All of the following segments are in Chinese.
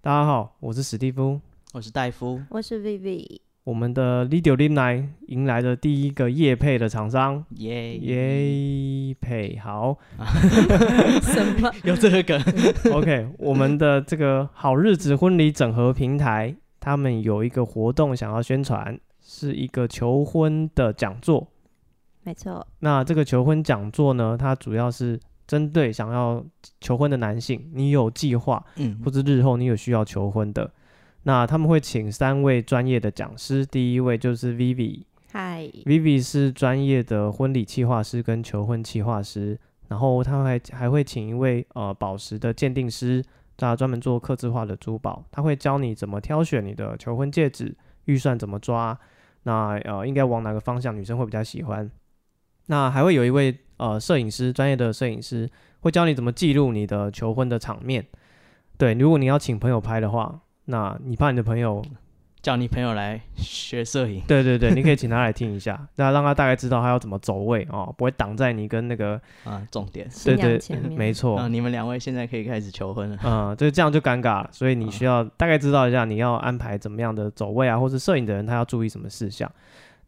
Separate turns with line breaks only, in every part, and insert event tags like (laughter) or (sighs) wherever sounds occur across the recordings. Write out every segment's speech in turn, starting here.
大家好，我是史蒂夫。
我是戴夫，
我是 Vivi，
我们的 Lidio 林来迎来了第一个业配的厂商，
耶
业配好
什么？
有这个梗，
，OK。我 (laughs) 们的这个好日子婚礼整合平台，他们有一个活动想要宣传，是一个求婚的讲座。
(laughs) 没错，
那这个求婚讲座呢，它主要是针对想要求婚的男性，你有计划
嗯
或，是日后你有需要求婚的，那他们会请三位专业的讲师，第一位就是 Vivi。
嗨，
Vivi 是专业的婚礼企划师跟求婚企划师，然后他还还会请一位呃宝石的鉴定师，他专门做刻字化的珠宝，他会教你怎么挑选你的求婚戒指，预算怎么抓，那呃应该往哪个方向女生会比较喜欢。那还会有一位呃摄影师，专业的摄影师会教你怎么记录你的求婚的场面。对，如果你要请朋友拍的话，那你怕你的朋友
叫你朋友来学摄影，
对对对，你可以请他来听一下，那让他大概知道他要怎么走位哦，不会挡在你跟那个
啊，重点。
新
对
娘
对
前，面，
没错
啊，，你们两位现在可以开始求婚了。
嗯，就这样就尴尬了，所以你
啊
需要大概知道一下你要安排怎么样的走位啊，或是摄影的人他要注意什么事项。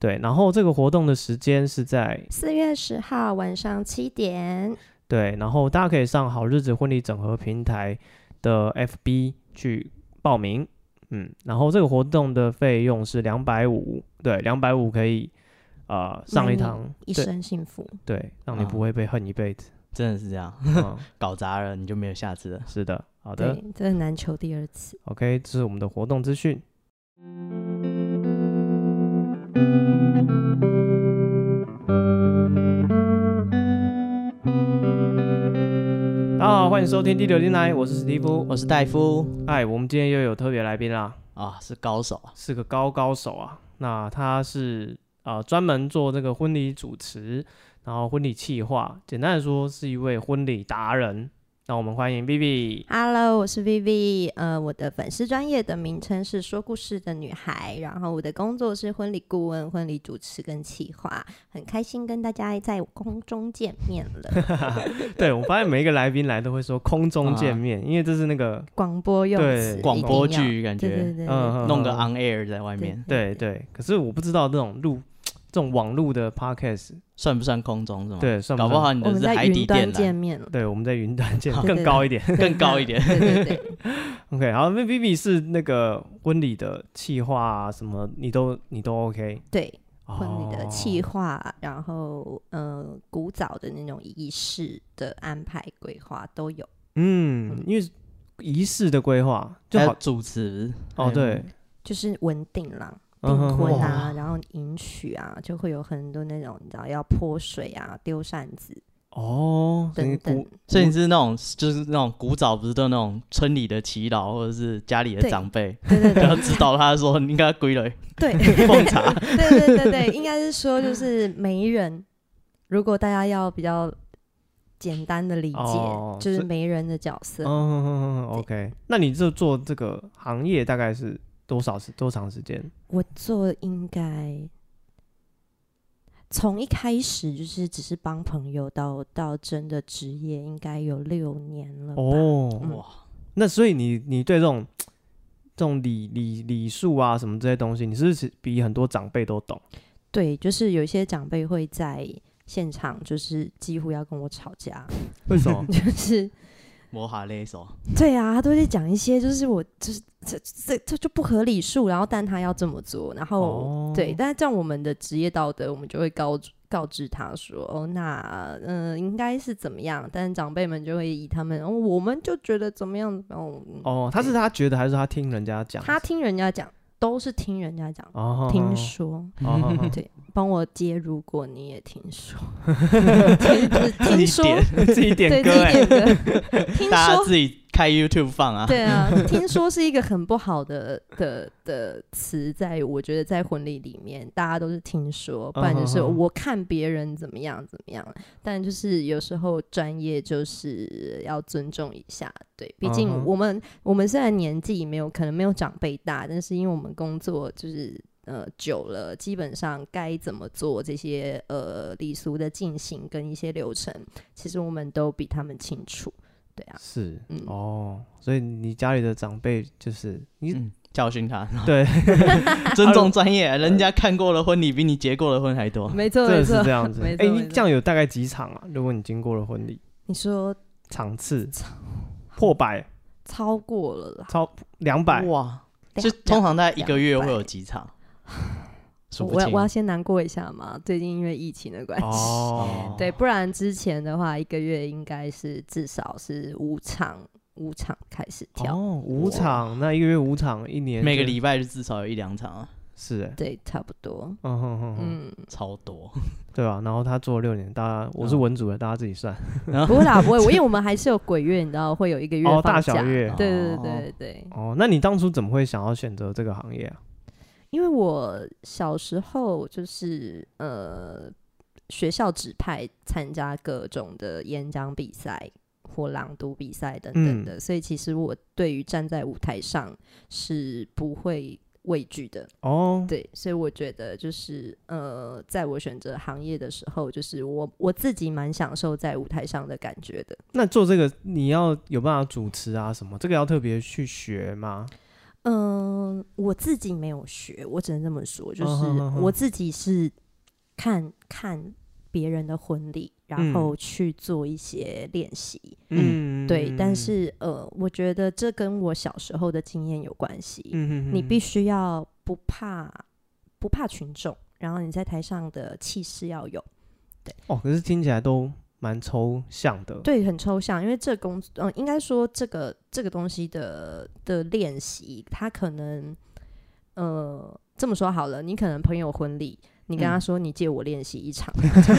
对，然后这个活动的时间是在
四月十号晚上七点，
对，然后大家可以上好日子婚礼整合平台的 FB 去报名，嗯，然后这个活动的费用是两百五，对，两百五可以呃上
买
一
你
堂，
一
对
生幸福。
对，让你不
啊
会被恨一辈子。
真的是这样，
嗯
搞砸了你就没有下次了。
是的，好的
对，真的难求第二次。
，OK，这是我们的活动资讯。大家好，欢迎收听第六电台，我是史蒂夫。
嗯
我是戴夫
哎，我们今天又有特别来宾啦，
啊，是高手啊，
是个高高手啊。那他是呃专门做这个婚礼主持，然后婚礼企划，简单来说是一位婚礼达人。那我们欢迎 B B。
Hello，我是 Vivi，呃，我的粉丝专业的名称是说故事的女孩，然后我的工作是婚礼顾问、婚礼主持跟企划，很开心跟大家在空中见面
(laughs)
了，
对，我发现每一个来宾来都会说空中见面，因为这是那个
广播用
对
词，
广播
一定要，
剧感
对对
觉，
对，哦
嗯
弄个 on air 在外
对
面，
对对。可是我不知道这种录这种网路的 podcast，
算不算空中是吗？，
对，算不算
搞不好你
我
的
们
是
在
海底
云
电
端见
缆，
面了，
对我们在云端见
好
更
对
高一点。
更高一点。
对对对，
OK，好，V V V 是那个婚礼的企划啊，什么你都你都 OK。
对婚礼的企
划，
划，然后呃，古早的那种仪式的安排规划都有。
嗯，因为仪式的规划就
还有
好
主持嗯
哦，对，，
就是文定郎、
嗯
订
哼
婚
哼
啊，然后迎娶啊，就会有很多那种你知道要泼水啊、丢扇子
哦，
等
等
等
古，
所以你是那种就是那种古早不是都有那种村里的祈祷或者是家里的
对
长辈，
(laughs)
对对
然后
对
指导他说你应该归了
(laughs) 对
奉茶，
对对对对，应该是说就是媒人，如果大家要比较简单的理
哦
解，就是
所以
媒人的角色
嗯，哼哼哼 OK，那你这做这个行业大概是多少时多长时间？
我做应该从一开始就是只是帮朋友到到真的职业，应该有六年了吧。
哦，
嗯
哇，
那所以你你对这种这种礼礼礼数啊什么这些东西，你是不是比很多长辈都懂？
对，就是有一些长辈会在现场，就是几乎要跟我吵架， (laughs)
为什 (laughs) 么？
就是
摩哈勒 (laughs) 手，
对啊，他都会讲一些就是我就是这这这就不合理数，然后但他要这么做，然后、
哦
对，但是这样我们的职业道德，我们就会告告知他说，哦，那嗯、呃应该是怎么样？但是长辈们就会以他们，哦，我们就觉得怎么样？哦，嗯
哦，他是他觉得还是他听人家讲？
他听人家讲，都是听人家讲，
哦，
听说。
哦
(laughs)
哦哦
对，帮我接。如果你也听说，其实不是
(laughs)
听说，
自己点
对，
歌
自己
哎，
点歌。听
大家
说，
自己开 YouTube 放啊。
对
(laughs)
啊，听说是一个很不好的的的词，在我觉得在婚礼里面，大家都是听说，不然就是
嗯哼哼
我看别人怎么样怎么样。但就是有时候专业就是要尊重一下，对，毕竟
嗯哼
我们、我们虽然年纪没有可能没有长辈大，但是因为我们工作就是。呃，久了，基本上该怎么做这些呃礼俗的进行跟一些流程，其实我们都比他们清楚。对
(laughs)
啊，
是、
嗯
哦，所以你家里的长辈就是你、
嗯，教训他， (laughs)
对，
尊重专业，人家看过的婚礼比你结过的婚还多。
没错
真的
没错
是这，样子。
没
哎、
错没
你
错
这样有大概几场啊？如果你经过了婚礼
你说
场次破百、
超过了啦，
超两百，
哇，
两
就通常在一个月
两百
会有几场，数不
我要
清
我。要先难过一下嘛，最近因为疫情的关系，
哦，
(laughs) 对，不然之前的话一个月应该是至少是五场五场开始跳，
哦，五场，那一个月五场，一年
每个
就
礼拜就至少有一两场啊，
是、欸，
对，差不多，
嗯哼哼哼，
嗯，
超多。
对吧、然后他做了六年，大家我是
嗯
文组的，大家自己算。
不会啦，不会，因为我们还是有鬼月，你知道会有一个月
哦，
放
大
假
小月
哦
对对对对对，
哦，那你当初怎么会想要选择这个行业啊？
因为我小时候就是呃学校指派参加各种的演讲比赛或朗读比赛等等的，所以其实我对于站在舞台上是不会畏惧的。
哦，
对，所以我觉得就是呃，在我选择行业的时候，就是我我自己蛮享受在舞台上的感觉的。
那做这个你要有办法主持啊什么，这个要特别去学吗？
嗯，我自己没有学，我只能这么说，就
嗯
是
哼嗯哼
我自己是看看别人的婚礼，然
嗯
后去做一些练习。
嗯，
对，但是呃，我觉得这跟我小时候的经验有关系。
嗯
你必
须
须要不怕不怕群众，然后你在台上的气势要有。
哦，可是听起来都蛮抽象的。
对，很抽象，因为这工，嗯、应该说这个这个东西的的练习，它可能，呃，这么说好了，你可能朋友婚礼，你跟他
嗯
说你借我练习一
(laughs)
场，这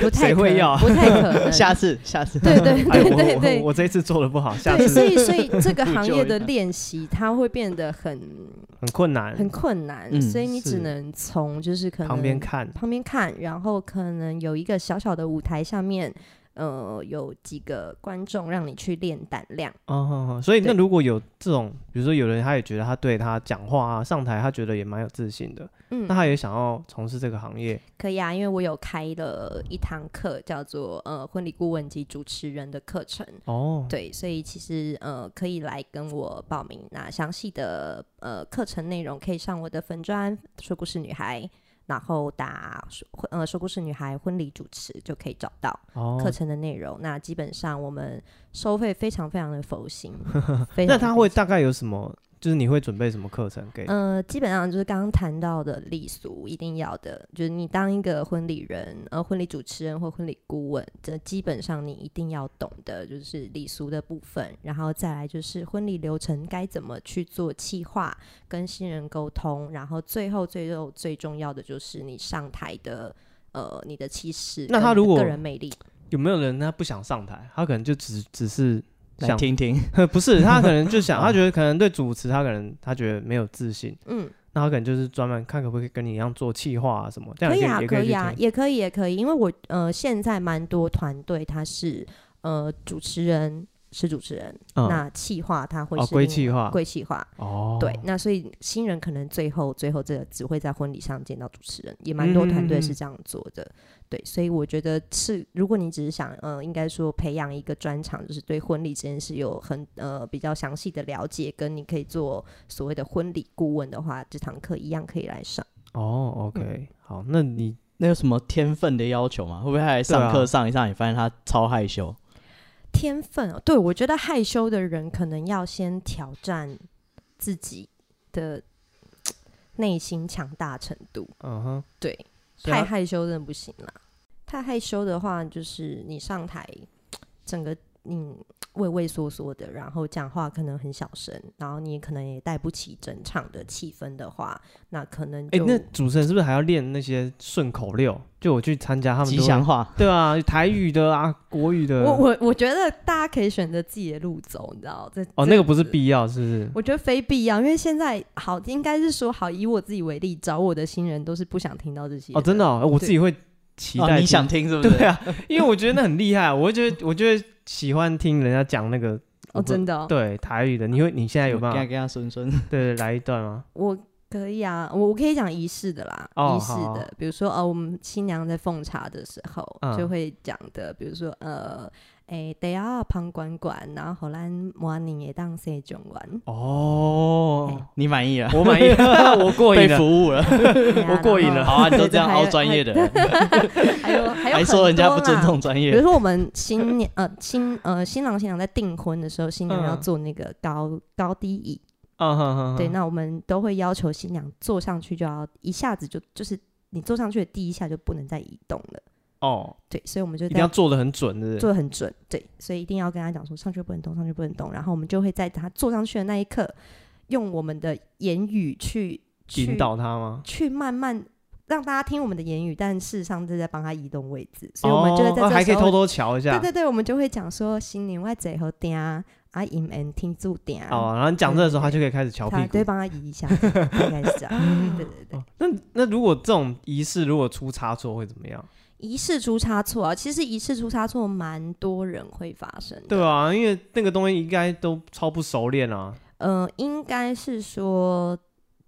不太
谁
可
会要
能，不
(laughs)
太可能。
下次，下次。
对对
哎，
对
我
对
我
对
我这一次做的不好，下
对，所
次
以所以
(laughs)
这个
补
行
救
业
一
的
下
练习，它会变得很
很困难，
很困难，
嗯
所以你只
是
能从就是可能
旁边看。
旁边看，然后可能有一个小小的舞台下面，呃，有几个观众让你去练胆量。
哦哦哦，所以那
对
如果有这种，比如说有人他也觉得他对他讲话啊上台，他觉得也蛮有自信的，
嗯
那，他也想要从事这个行业。
可以啊，因为我有开了一堂课，叫做呃婚礼顾问及主持人的课程。
哦，
对，所以其实呃可以来跟我报名。那详细的呃课程内容可以上我的粉专“说故事女孩”，然后打说“呃说故事女孩婚礼主持”就可以找到
哦，
课程的内容。那基本上我们收费非常非常的
(laughs)
佛心，非
那
常
他
佛
会
心
大概有什么？就是你会准备什么课程给？
呃，基本上就是刚刚谈到的礼俗一定要的，就是你当一个婚礼人、呃婚礼主持人或婚礼顾问，这基本上你一定要懂的就是礼俗的部分，然后再来就是婚礼流程该怎么去做企划，跟新人沟通，然后最后最后最重要的就是你上台的。呃，你的气势
那
跟
他
你的
如果
个人魅力，
有没有人他不想上台？他可能就只只是
(laughs) 来
想，
听听，
(laughs) 不是他可能就
(laughs)
想，
哦
他觉得可能对主持他可能他觉得没有自信，
嗯，
那他可能就是专门看可不可以跟你一样做企划啊什么，这样
可以
也
啊，
也
可
可
以
去
啊，
听
也可以，也可以，因为我呃，现在蛮多团队他是呃主持人是主持人，
嗯
那气化它会
哦
是
归
另
企划
归气化。
哦，
对，那所以新人可能最后最后这个只会在婚礼上见到主持人，也蛮多
嗯
团队
嗯
是
嗯
这样做的。对，所以我觉得是，如果你只是想，呃，应该说培养一个专长，就是对婚礼这件事有很呃比较详细的了解，跟你可以做所谓的婚礼顾问的话，这堂课一样可以来上。
哦，OK，好，
嗯
那你
那有什么天分的要求吗？会不会他来
对
上
啊
课上一上，你发现他超害羞？
天分哦，对我觉得害羞的人可能要先挑战自己的内心强大程度。
嗯哼，
对，
所以
太
他
害羞真的不行啦。太害羞的话，就是你上台，整个你畏畏缩缩的，然后讲话可能很小声，然后你可能也带不起整场的气氛的话，那可能
哎、
就、
那主持人是不是还要练那些顺口溜？就我去参加他们
吉
都会
祥话，
对啊，台语的啊，国语的，
我我我觉得大家可以选择自己的路走，你知道这
哦，
这
那个不是必要，是不是？
我觉得非必要，因为现在好应该是说好，以我自己为例，找我的新人都是不想听到这些
哦，真的、哦，我自
对
己会期
哦
待、
你想，听是 (laughs) 不是？
对啊，因为我觉得那很厉害，我会觉得，我觉得喜欢听人家讲那个，
哦，真的、哦，
对台语的，你会，你现在有
(laughs)
办
跟他
法，
跟他孙孙，，
对，来一段吗？
我可以啊，我我可以讲仪式的啦，
哦
仪式
好
的，比如说哦，我们新娘在奉茶的时候、
嗯
就会讲的，比如说呃，诶，得要旁观馆，然后荷兰模拟也当西中玩
(laughs) 哦，你满意了，
我满意， (laughs) 我过瘾
被
了。
服务了，
对啊
我过瘾了
然
好
后
啊，你都
(laughs) 对
这样
还
凹
有
专业的人，
还有还有
(laughs) 还
很
说人家不
多
尊
啦
重专
比
业
如，说我们新娘呃新呃新郎新娘在订婚的时候，新娘要
嗯
坐那个高、高低椅，
啊哈哈哈
对，那我们都会要求新娘坐上去就要一下子就就是你坐上去的第一下就不能再移动了，
哦，
对，所以我们就
一定
在
要做的很准，是不是？
做得很准，对，所以一定要跟他讲说上去不能动，上去不能动，然后我们就会在他坐上去的那一刻，用我们的言语去去
引导他吗？
去慢慢。让大家听我们的言语，但事实上是在帮他移动位置，所以我们就会在
哦
这
啊还可以
时候
偷偷瞧一下
对。对对，我们就会讲说新年外嘴和嗲啊，im and 听住嗲，
哦，然后你讲这的时候，他就可以开始瞧
他
屁
对
股。
帮他移一下，应该是这
(laughs)
样。 (laughs) 对对对，
那那如果这种仪式如果出差错会怎么样？
仪式出差错啊，其实仪式出差错蛮多人会发生的。
对啊，因为那个东西应该都超不熟练啊。
呃，应该是说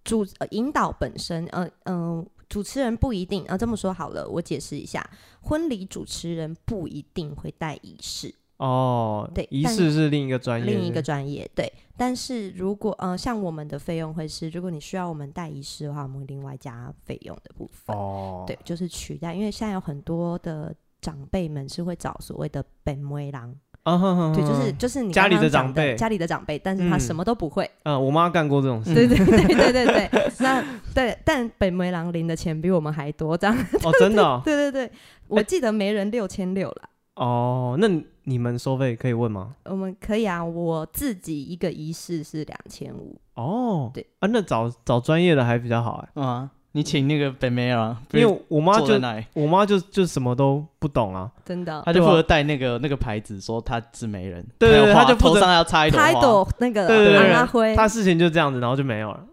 主、呃、引导本身，呃嗯、呃主持人不一定啊、呃这么说好了，我解释一下，婚礼主持人不一定会带仪式。
哦，
对
仪
但
式是另一个专业，
另一个
是
专业，对。但是如果呃，像我们的费用会是，如果你需要我们带仪式的话，我们会另外加费用的部
不
分。
是哦，
对，就是取代，因为现在有很多的长辈们是会找所谓的本位郎，
啊哈哈哈，
对，就是就是你
家
刚
里
刚
的
讲
长
的
辈
家里的长辈，但是他什
嗯
么都不会。
嗯，我妈干过这种事，
(laughs) 对对对对对
(laughs)
对，那对，但本梅郎领的钱比我们还多，这样。
哦，真的哦
对对对，我记得每人六千六啦。
哦，那你你们收费可以问吗？
我们可以啊，我自己一个仪式是两千五，
哦，
对
啊，那找找专业的还比较好哎，
嗯啊，你请那个北美啊，
因为我妈
坐在
就啊
那里，
我妈就就什么都不懂啊，
真的。
他就
对
负
啊
责带那个那个牌子，说他是媒人，
对对对
他
他就负
头
责
上要插一朵
他一
花
朵那个
啊对对对
阿拉灰，
她事情就这样子，然后就没有了。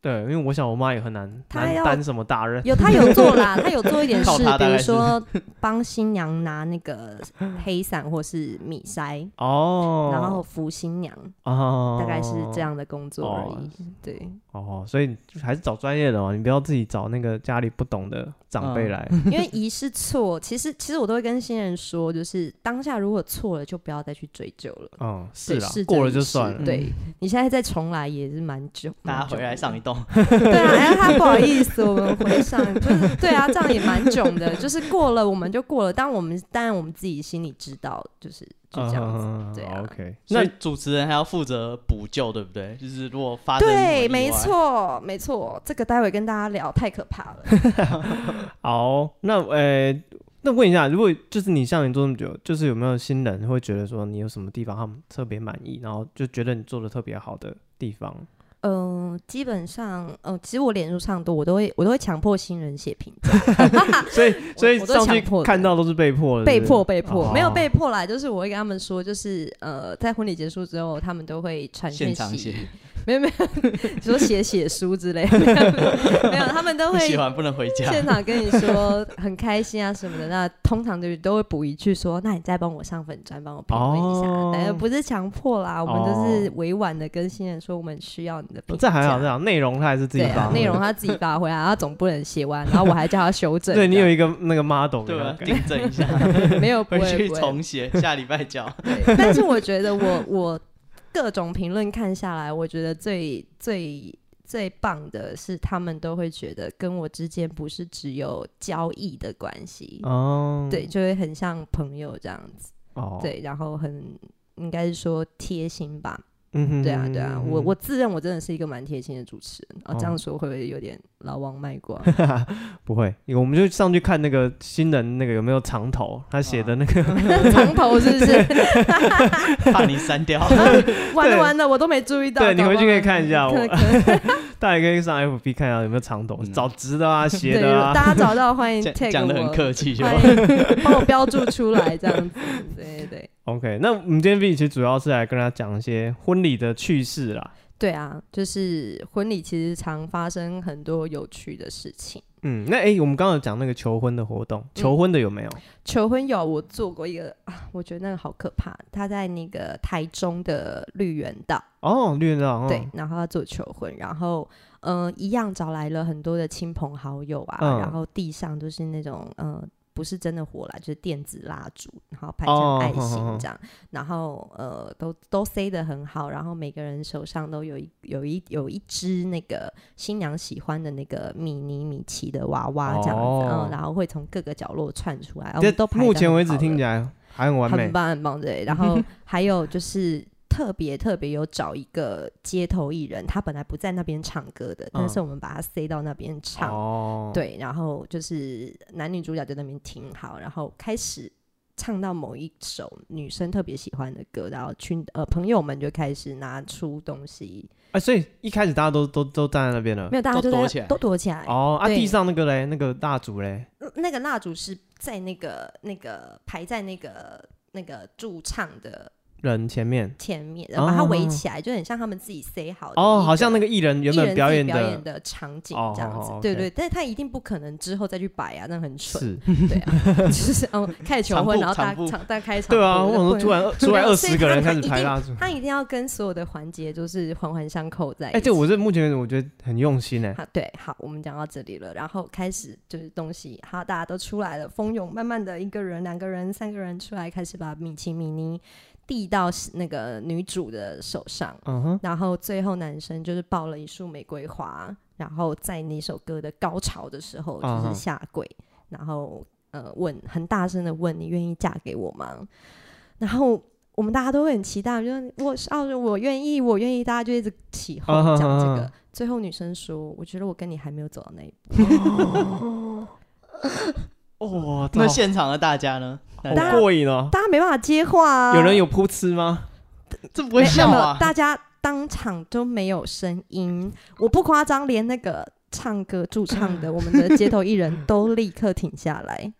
对，因为我想我妈也很难
她
难
要
担什么大任
有他有做啦，他有做
(laughs)
一点
靠
事
他，
比
大概
如
是
说帮新娘拿那个黑伞或是米筛，
哦，
(laughs) 然后扶新娘，
哦，
大概是这样的工作而
哦
已。对，
哦，所以还是找专业的嘛，你不要自己找那个家里不懂的长辈
嗯
来。 (laughs)
因为仪式错，其实其实我都会跟新人说，就是当下如果错了，就不要再去追究了。 (laughs)
嗯，是
对
啦
试，着
过了
一
就
试
算了。
对你现在再重来也是蛮久，
嗯大家
蛮久
回来
的
上一栋，
对啊，
(laughs)
哎，他不好意思，我们回想就是对啊，这样也蛮囧的，就是过了我们就过了，但我们当然我们自己心里知道，就是就这样子。
嗯
对啊
OK，
那
那
主持人还要负责补救，对不对？就是如果
嗯
发生什么意
对，
外
没，错，没错，这个待会跟大家聊，太可怕了。
(laughs) 好，那呃，那问一下，如果就是你像你做那么久，就是有没有新人会觉得说你有什么地方他们特别满意，然后就觉得你做的特别好的地方？
嗯、基本上，嗯、其实我脸书上多，我都会，我都会强迫新人写评价，
(laughs)
(laughs)
所以所以
我都
上去
强迫的
看到都是被迫的，
被
是不是
迫，被迫，
哦
没有被迫啦，就是我会跟他们说，就是呃，在婚礼结束之后，他们都会传讯
现场
息
写，，
没有没有， (laughs) 说写写书之类的，没有没有，他们都会
写完不能回家。
(laughs) 现场跟你说很开心啊什么的，那通常就都会补一句说，那你再帮我上粉砖，帮我评论一下。
哦
但是不是强迫啦，我们就是委婉的跟新人说，我们需要你的评
这
价。
还好，这好，内容他还是自己
啊对
发
啊，
挥
内容他自己发挥啊，他总不能写完，然后我还叫他修
(laughs)
正。
对你有一个那个 model，
对啊，
给他
订正一下，
(laughs) 没有不
回
会
去
不会
重写，下礼拜交。
对 (laughs) 但是我觉得我我各种评论看下来，我觉得最最最棒的是，他们都会觉得跟我之间不是只有交易的关系，
看哦，
对，就会很像朋友这样子，
哦，
对，然后很。应该是说贴心吧，
嗯哼，
对啊，对啊，
嗯
我
哦
我自认我真的是一个蛮贴心的主持人啊，这样说会不会有点老王卖瓜？ (laughs)
不会，我们就上去看那个新人那个有没有长头，他写的那个
啊长头是不是？ (laughs)
怕你删掉。
(laughs)
完了完了，我都没注意
(laughs)
到。
对你
搞
回去
不好
可以看一下
(laughs) 可能
我 (laughs) 大家可以上 FB 看一下有没有长头，
嗯
找直的啊、斜
对，
的啊。
大家找
(laughs)
到欢迎
讲
tag
讲的很
我哎
客气，就
欢迎 (laughs) 帮我标注出来，这样
(laughs)
子，对对对，
OK，那我们今天 V 其实主要是来跟他讲一些婚礼的趣事啦。
对啊，就是婚礼其实常发生很多有趣的事情。
嗯，那哎、诶我们刚刚有讲那个求婚的活动，
嗯
求婚的有没有？
求婚有我做过一个啊，我觉得那个好可怕。他在那个台中的绿园道，
哦，绿人哦，
对，然后他做求婚，然后嗯、呃一样找来了很多的亲朋好友啊，
嗯
然后地上就是那种嗯。呃不是真的火啦，就是电子蜡烛，然后拍
哦
成爱心这样，然后呃，都都塞得很好，然后每个人手上都有一有一有一只那个新娘喜欢的那个米妮米奇的娃娃这样子，
哦
嗯，然后会从各个角落窜出来，我哦
这
们都排得
目前
很
为止
好了
听起来还很完美
很，棒很棒对。然
(laughs)
后还有就是特别特别有找一个街头艺人，他本来不在那边唱歌
嗯
的，但是我们把他塞到那边唱，
哦，
对。然后就是男女主角就在那边听好，然后开始。唱到某一首女生特别喜欢的歌，然后群呃朋友们就开始拿出东西，
哎，所以一开始大家都都都站在那边了
没，有大家
嗯都
就在
躲起来
都躲起来。
哦，啊，
对
地上那个嘞，那个蜡烛嘞，
呃那个蜡烛是在那个那个排在那个那个驻唱的
人前面，
前面，
哦
把它围起来，就很像他们自己塞好的
哦，
一
好像
个
那个艺人原
艺
本
人
表
自己
演
表演
的，
的场景
哦
这样子，
哦哦
对
OK
对，但是他一定不可能之后再去摆啊，那很蠢，
是，
对啊， (laughs) 就是哦，开始求婚，
场布
然后大
场布
场大开场，
对啊，我想说
(laughs) 不
突然突然
没有
二
所以
十个人
他
开始
一
排
定 (laughs)
蜡烛，
他一定要跟所有的环节就是环环相扣在一起。
哎，这我这目前为止我觉得很用心
(laughs)
哎，
好，对，好，我们讲到这里了，然后开始就是东西，好，大家都出来了，蜂拥慢慢的一个人、两个人、三个人出来，开始把米奇、米妮递到那个女主的手上，
嗯哼，
然后最后男生就是抱了一束玫瑰花，然后在那首歌的高潮的时候就
啊
是
哈
下跪，然后呃问很大声的问你愿意嫁给我吗？然后我们大家都会很期待，就是我是啊我愿意我愿意，大家就一直起哄
啊哈
讲这
啊哈哦
个。
啊
最后女生说：“我觉得我跟你还没有走到那一步。
哇，这好
那现场的大家呢？大家
大
好过瘾哦”，
大家没办法接话啊，
有人有噗嗤吗？
这不
没
会
有
笑
没有
啊？
大家当场都没有声音，我不夸张，连那个唱歌驻唱
嗯
的我们的街头艺人都立刻停下
(laughs)
来，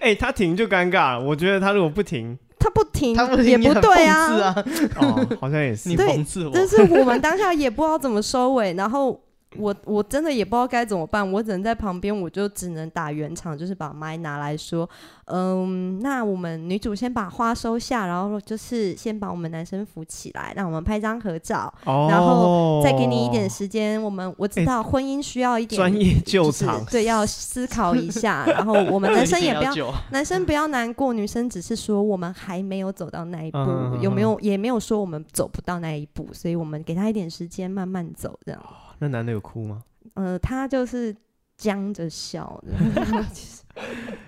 哎，他停就尴尬了，我觉得他如果不
(laughs)
停，
他不停，
他不
也
听
不
很
对
讽刺
啊，
啊！
哦，好像也是
你，
对
讽刺我，
但是我们当下也不知道怎么收尾，然后。我我真的也不知道该怎么办，我只能在旁边，我就只能打圆场，就是把麦拿来说，嗯，那我们女主先把花收下，然后就是先把我们男生扶起来，让我们拍张合照，
哦，
然后再给你一点时间。我们我知道婚姻需要一点
专业救
就是
场，
对，要思考
(laughs)
一下。然后我们男生也不要，
要，
男生不要难过，女生只是说我们还没有走到那一步，
嗯嗯嗯
有没有也没有说我们走不到那一步，所以我们给他一点时间慢慢走这样。
那男的有哭吗？
呃，他就是僵着笑
(laughs)
的，然后就是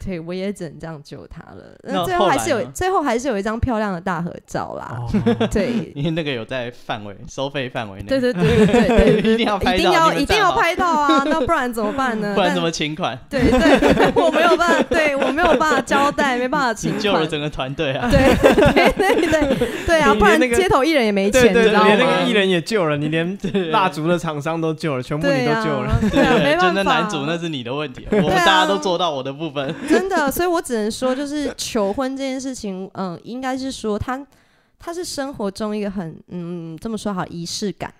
对我也只能这样救他了。那
那
最后还
后来
是有，
呢
最后还是有一张漂亮的大合照啦。
哦，
(laughs)
对，
因为那个有在范围收费范围内， (laughs)
对对对对对对，
一 (laughs) 定要拍
一定
照
要
你们
一定
站
要
好
拍到啊，那不然怎么办
(laughs)
呢？
不然
但
怎么请款？
对对，我没有办法，对我没有办法交代，没办法请
你救了
款。
整个团队
(laughs)
啊！
对对对对对啊，
你连
不然
那个
街头艺人也没
对
钱，
对，
你知
对
道
连那
吗
个艺？人也救了，你
(laughs)
连
对
蜡烛的厂商都救了，全部你
对
都
啊
救了。，
对
(laughs)
啊，没
就
办法。啊
那男主那是你的问题，啊我们大家都做到我的部分。
(laughs) 真的，所以我只能说，就是求婚这件事情，嗯，应该是说它它是生活中一个很嗯这么说好仪式感。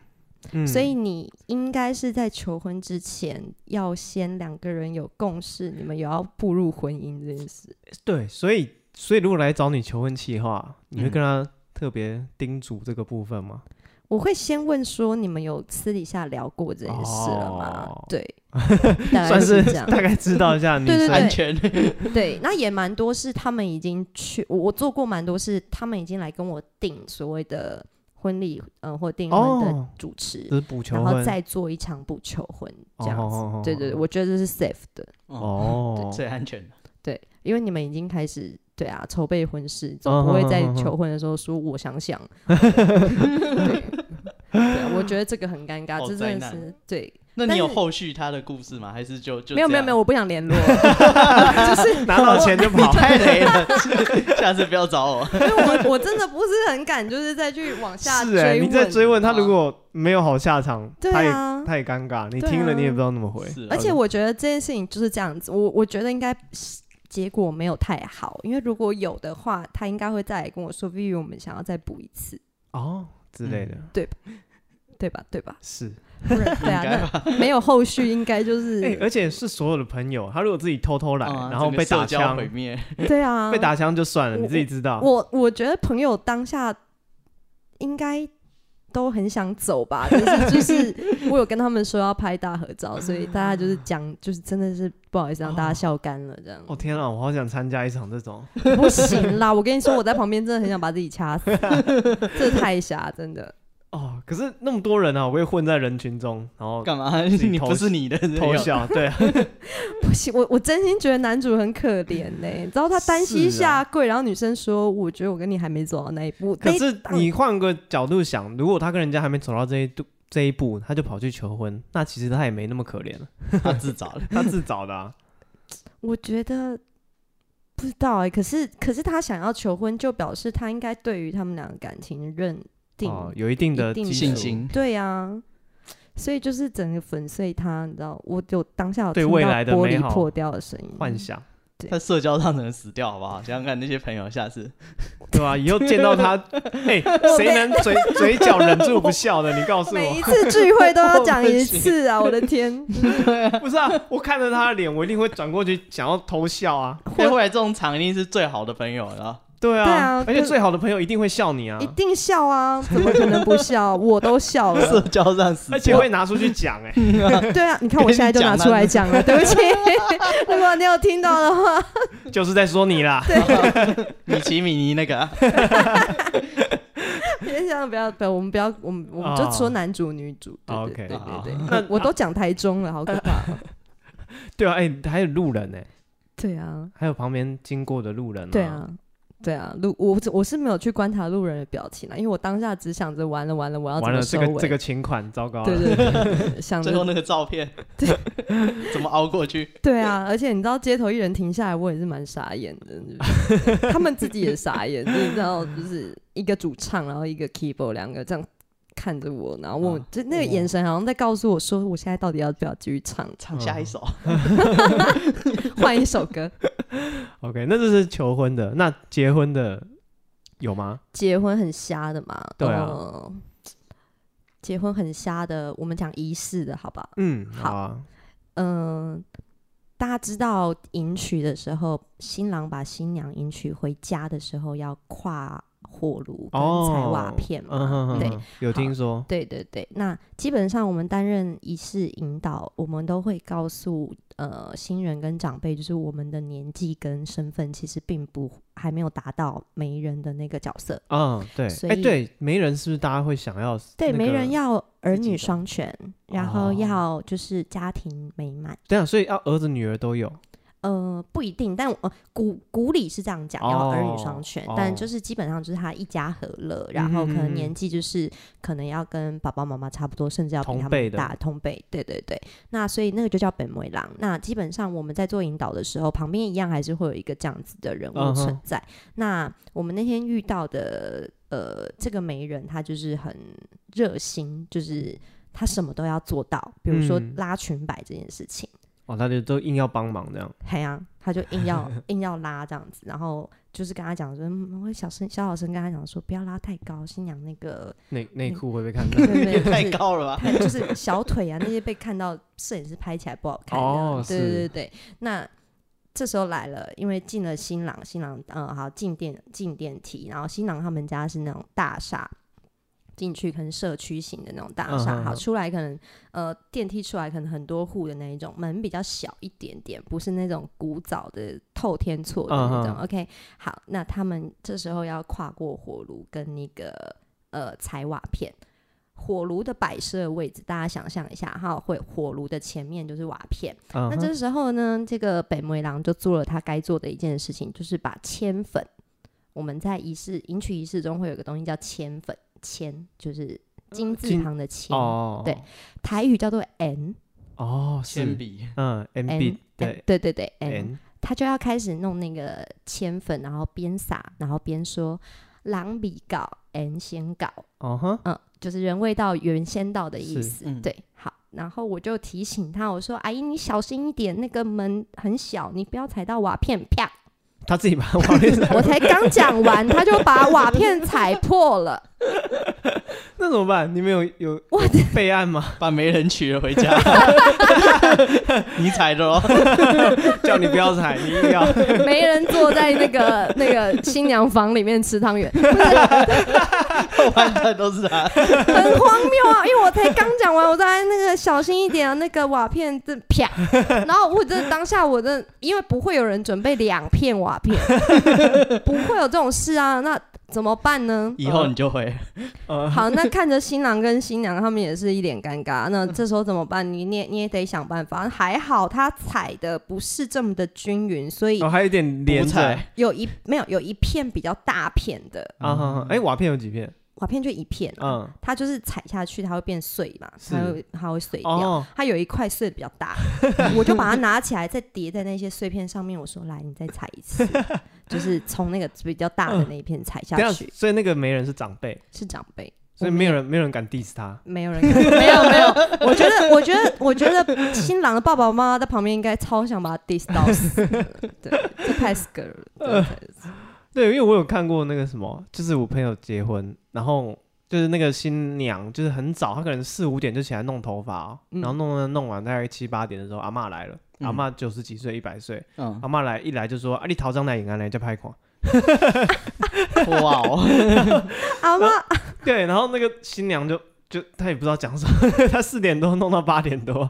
嗯
所以你应该是在求婚之前，要先两个人有共识，你们有要步入婚姻这件事。
对，所以所以如果来找你求婚期的话，你会跟他特别叮嘱这个部分吗？
我会先问说，你们有私底下聊过这件事了吗？
哦
(laughs)
(laughs)
对，大概
算
呃是
是
这样。
大概知道一下女
对对
生
安
(laughs)
全，
对，那也蛮多是他们已经去，我我做过蛮多是他们已经来跟我订所谓的婚礼，嗯、或订婚的
哦
主持，
就是补求
然后
婚
再做一场不求婚这样子。
哦
对对对，我觉得这是 safe 的，
哦，
最安全的。
对，因为你们已经开始对啊筹备婚事，总不会在求婚的时候说我想想。 (laughs) 对，对，我觉得这个
(laughs)
很尴尬，
好
这真的
灾难
是对，
那
但
你有
是
后续他的故事吗？还是就就
没有没有没有，我不
(laughs)
想联络，就是
拿到钱就
这
跑
样，你。
(laughs)
(laughs) 太雷了，下次不要找我。
因为我我真的不是很敢，就是再去往下
是哎，你在追问他，
你知道
如
吗
果没有好下场，
对
他也
啊。
太尴尬，你
对
听了
啊
你也不知道怎么回。
(laughs) 是啊
而且我觉得这件事情就是这样子，我我觉得应该结果没有太好，因为如果有的话，他应该会再来跟我说，Vivi，我们想要再补一次，
哦之类
嗯
的，
对吧？对吧？
是
不
(laughs)
然对
应该
啊，那没有后续，应该就是
哎，而且是所有的朋友，他如果自己偷偷来，
嗯
然后
整个
被打
社交
枪，
毁灭，
对啊，
被打枪就算了，
我
你自己知道。
我我觉得朋友当下应该都很想
(laughs)
走吧，但是就是我有跟他们说要拍大合照，所以大家就是讲，就是真的是不好意思让大家笑干了这样。
哦天啊，我好想参加一场这种。
(laughs) 不行啦！我跟你说，我在旁边真的很想把自己掐死， (laughs) 这太瞎，真的。
哦，可是那么多人啊，我会混在人群中，然后
干嘛？ (laughs)
己
你
偷
不是你的人
偷
有
笑。对
(laughs)
啊，
不行，我我真心觉得男主很可怜呢、你知道他单膝
是啊
下跪，然后女生说：“我觉得我跟你还没走到那一步。
可
那一”
是你换个角度想，如果他跟人家还没走到这一度这一步，他就跑去求婚，那其实他也没那么可怜了，
他自找
(laughs)
的。
他自找的、
(laughs)
啊。
我觉得不知道哎、可是可是他想要求婚，就表示他应该对于他们俩的感情认定。
哦，有一定的
一定
基
的
础
信心
对啊，所以就是整个粉碎他，你知道，我有当下有
对
听到
未来的
玻
美
璃
好
破掉的声音，
幻想，
在社交上能死掉好不好？想想看那些朋友，下次
对吧、以后见到
(laughs)
他，嘿，谁能嘴嘴角忍住不笑的？你告诉
每一
我，
次聚会都要讲一次啊！我的
(laughs)
天，
不是啊，我看着他的脸，我一定会转过去想要偷笑啊。
会回来这种场一定是最好的朋友了。
对啊，
对啊
而且
就
最好的朋友一定会笑你啊
一，定笑啊！怎么可能不笑？我都笑
社
了。
交上死
而且
掉，
会拿出去讲哎、
对啊，你看我现在就拿出来讲了，对不
(laughs)
起。如果你有听到的话，
就是在说你啦。
米奇米妮那个啊，
别想不要，不要，我们不要，我们我们就说男主女主。
哦
对
OK
对对对对
好
那
对，我都讲台中了，好可怕。
对啊，哎、还有路人哎、
(laughs) 对啊，
还有旁边经过的路人、
对，啊。对啊，路我我是没有去观察路人的表情啦，啊因为我当下只想着完了完了，我要怎
完
么
了
收
这
尾？
个这个情款糟糕了。
对对对对，想
最后
着
那个照片， (laughs) 怎么熬过去？
对啊，而且你知道街头艺人停下来，我也是蛮傻眼的，就是 (laughs) 他们自己也傻眼，就是你知道，就是一个主唱，然后一个 keyboard，两个这样看着我，然后
嗯
我、
啊
就那个眼神好像在告诉我说，我现在到底要不要继续唱，
唱下一首，
(laughs) 换一首歌。
OK，那这是求婚的，那结婚的有吗？
结婚很瞎的嘛，
对啊
呃结婚很瞎的，我们讲仪式的好不好？
嗯，
好
好啊，
嗯、大家知道迎娶的时候，新郎把新娘迎娶回家的时候要跨火炉跟踩瓦
哦
片嘛，
嗯哼哼
对。
哼，有听说，
对对对，那基本上我们担任仪式引导，我们都会告诉呃新人跟长辈，就是我们的年纪跟身份其实并不还没有达到媒人的那个角色，
嗯，对，
所
哎、
以
对，媒人是不是大家会想要、
对，媒人
要，
要儿
自己
女
的
双全，然后
哦
要就是家庭美满。
对啊，所以要儿子女儿都有，
呃，不一定，但我、呃、古古礼是这样讲，要儿女双全，
哦
但
哦
就是基本上就是他一家和乐，然后可
嗯
能年纪就是可能要跟爸爸妈妈差不多，甚至要比
同
他
辈
们
的
大同辈，对对对。那所以那个就叫本位郎。那基本上我们在做引导的时候，旁边一样还是会有一个这样子的人
嗯
物
哼
存在。那我们那天遇到的呃，这个媒人他就是很热心，就是他什么都要做到，比如说
嗯
拉裙摆这件事情。
哦，他就都硬要帮忙这样，
海洋、他就硬要
(laughs)
硬要拉这样子，然后就是跟他讲说，嗯我会小声小小声跟他讲说，不要拉太高，新娘那
(laughs)
个
内
嗯
内裤会被看嗯
对
到，
对
也
对，
太
就是
高了 (laughs) 吧？
太就是小腿啊那些被看到，摄影师拍起来不好看的啊。
哦
对
是
对对对，那这时候来了，因为进了新郎，新郎呃好进电进电梯，然后新郎他们家是那种大厦。进去可能社区型的那种大厦，
嗯嗯嗯
好出来可能呃电梯出来可能很多户的那一种，门比较小一点点，不是那种古早的透天厝的那
嗯
种。
嗯
OK，好，那他们这时候要跨过火炉跟那个呃踩瓦片，火炉的摆设位置，大家想象一下哈，会火炉的前面就是瓦片。
嗯
那
哼，
这时候呢，这个北梅郎就做了他该做的一件事情，就是把铅粉，我们在仪式迎娶仪式中会有个东西叫铅粉，铅就是金字
金
旁的铅，
哦，
对，台语叫做 n
哦，是
铅，笔
嗯
n 呃
，MB 对
对对对 n
N，
他就要开始弄那个铅粉，然后边撒，然后边说“狼比搞，n 先搞”，
哦哈，
嗯，就是人未到，原先到的意
是
思。
嗯
对，好，然后我就提醒他，我说：“阿姨，你小心一点，那个门很小，你不要踩到瓦片。”
(laughs)
啪，
他自己把瓦片，
(laughs) 我才刚讲完，他就把瓦片踩破了。
那怎么办？你们有有
我
备案吗？ (laughs)
把媒人娶了回家，你踩的哦，
叫你不要踩，你硬
(laughs)
要，
没人坐在那个那个新娘房里面吃汤圆，不是
后半段都是他。
很荒谬啊！因为我才刚讲完，我在那个小心一点啊，那个瓦片这
(laughs)
啪，然后我真的当下我真的，因为不会有人准备两片瓦
(laughs)
片，不会有这种事啊，那怎么办
(laughs)
呢？
以后你就会，
呃，
好，那看着新郎跟新娘他们也是一脸尴尬，那这时候怎么办？你你也你也得想办法。还好他踩的不是这么的均匀，所以
哦，还有一点
补
连着
彩
有一没有有一片比较大片的
啊，哈哈哎，瓦片有几片？
瓦片就一片、啊，
嗯，
它就是踩下去它会变碎嘛，
是
它会它会碎掉。
哦，
它有一块碎的比较大， (laughs) 我就把它拿起来，再叠在那些碎片上面。我说：“来，你再踩
(laughs)
一次，就是从那个比较大的那一片踩下
这样，
去。
所以那个媒人是长辈，”
是长辈，
所以没有人没有人敢 diss 他。
没有人看，没有没有。我觉得，我觉得，我觉得新郎的爸爸妈妈在旁边应该超想把他 diss 到
(laughs)
死的。对，这太 s k 了。对
对，因为我有看过那个什么，就是我朋友结婚，然后就是那个新娘，就是很早，她可能四五点就起来弄头发哦、
嗯
然后弄弄弄完大概七八点的时候，阿嬷来了，
嗯
阿嬷九十几岁一百岁，
嗯，
阿嬷来一来就说啊，你逃张来影啊，来就拍款。
哇哦，
阿妈，
(laughs) 对，然后那个新娘就就她也不知道讲什么， (laughs) 她四点多弄到八点多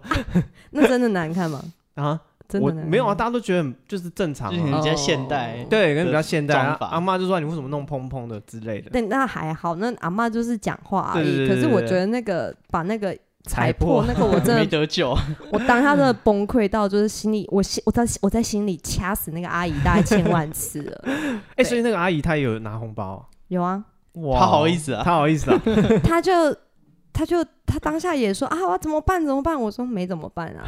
那真的难看吗？
啊，
真的嗯
我
难看吗
没有啊，，大家都觉得很就是正常、
就是
啊。
比较现代
哦，
对，跟比较
的
现代啊
妆，法
阿嬷就说你为什么弄蓬蓬的之类的，
但那还好，那阿妈就是讲话而
对对
已。
对
可
对
是我
对
觉得那个把那个踩
踩破
破那个，我真
没
的
得救，
(laughs)
我当下真的崩溃到，就是心里，我心我在我在心里掐死那个阿姨大概千万次
(laughs)
了。
哎、所以那个阿姨她也有拿红包啊、
有啊，
哇
她好意思
(laughs)
啊 (laughs)
她好意思啊，
她就她就她当下也说啊，我要怎么办怎么办？我说没怎么办啊，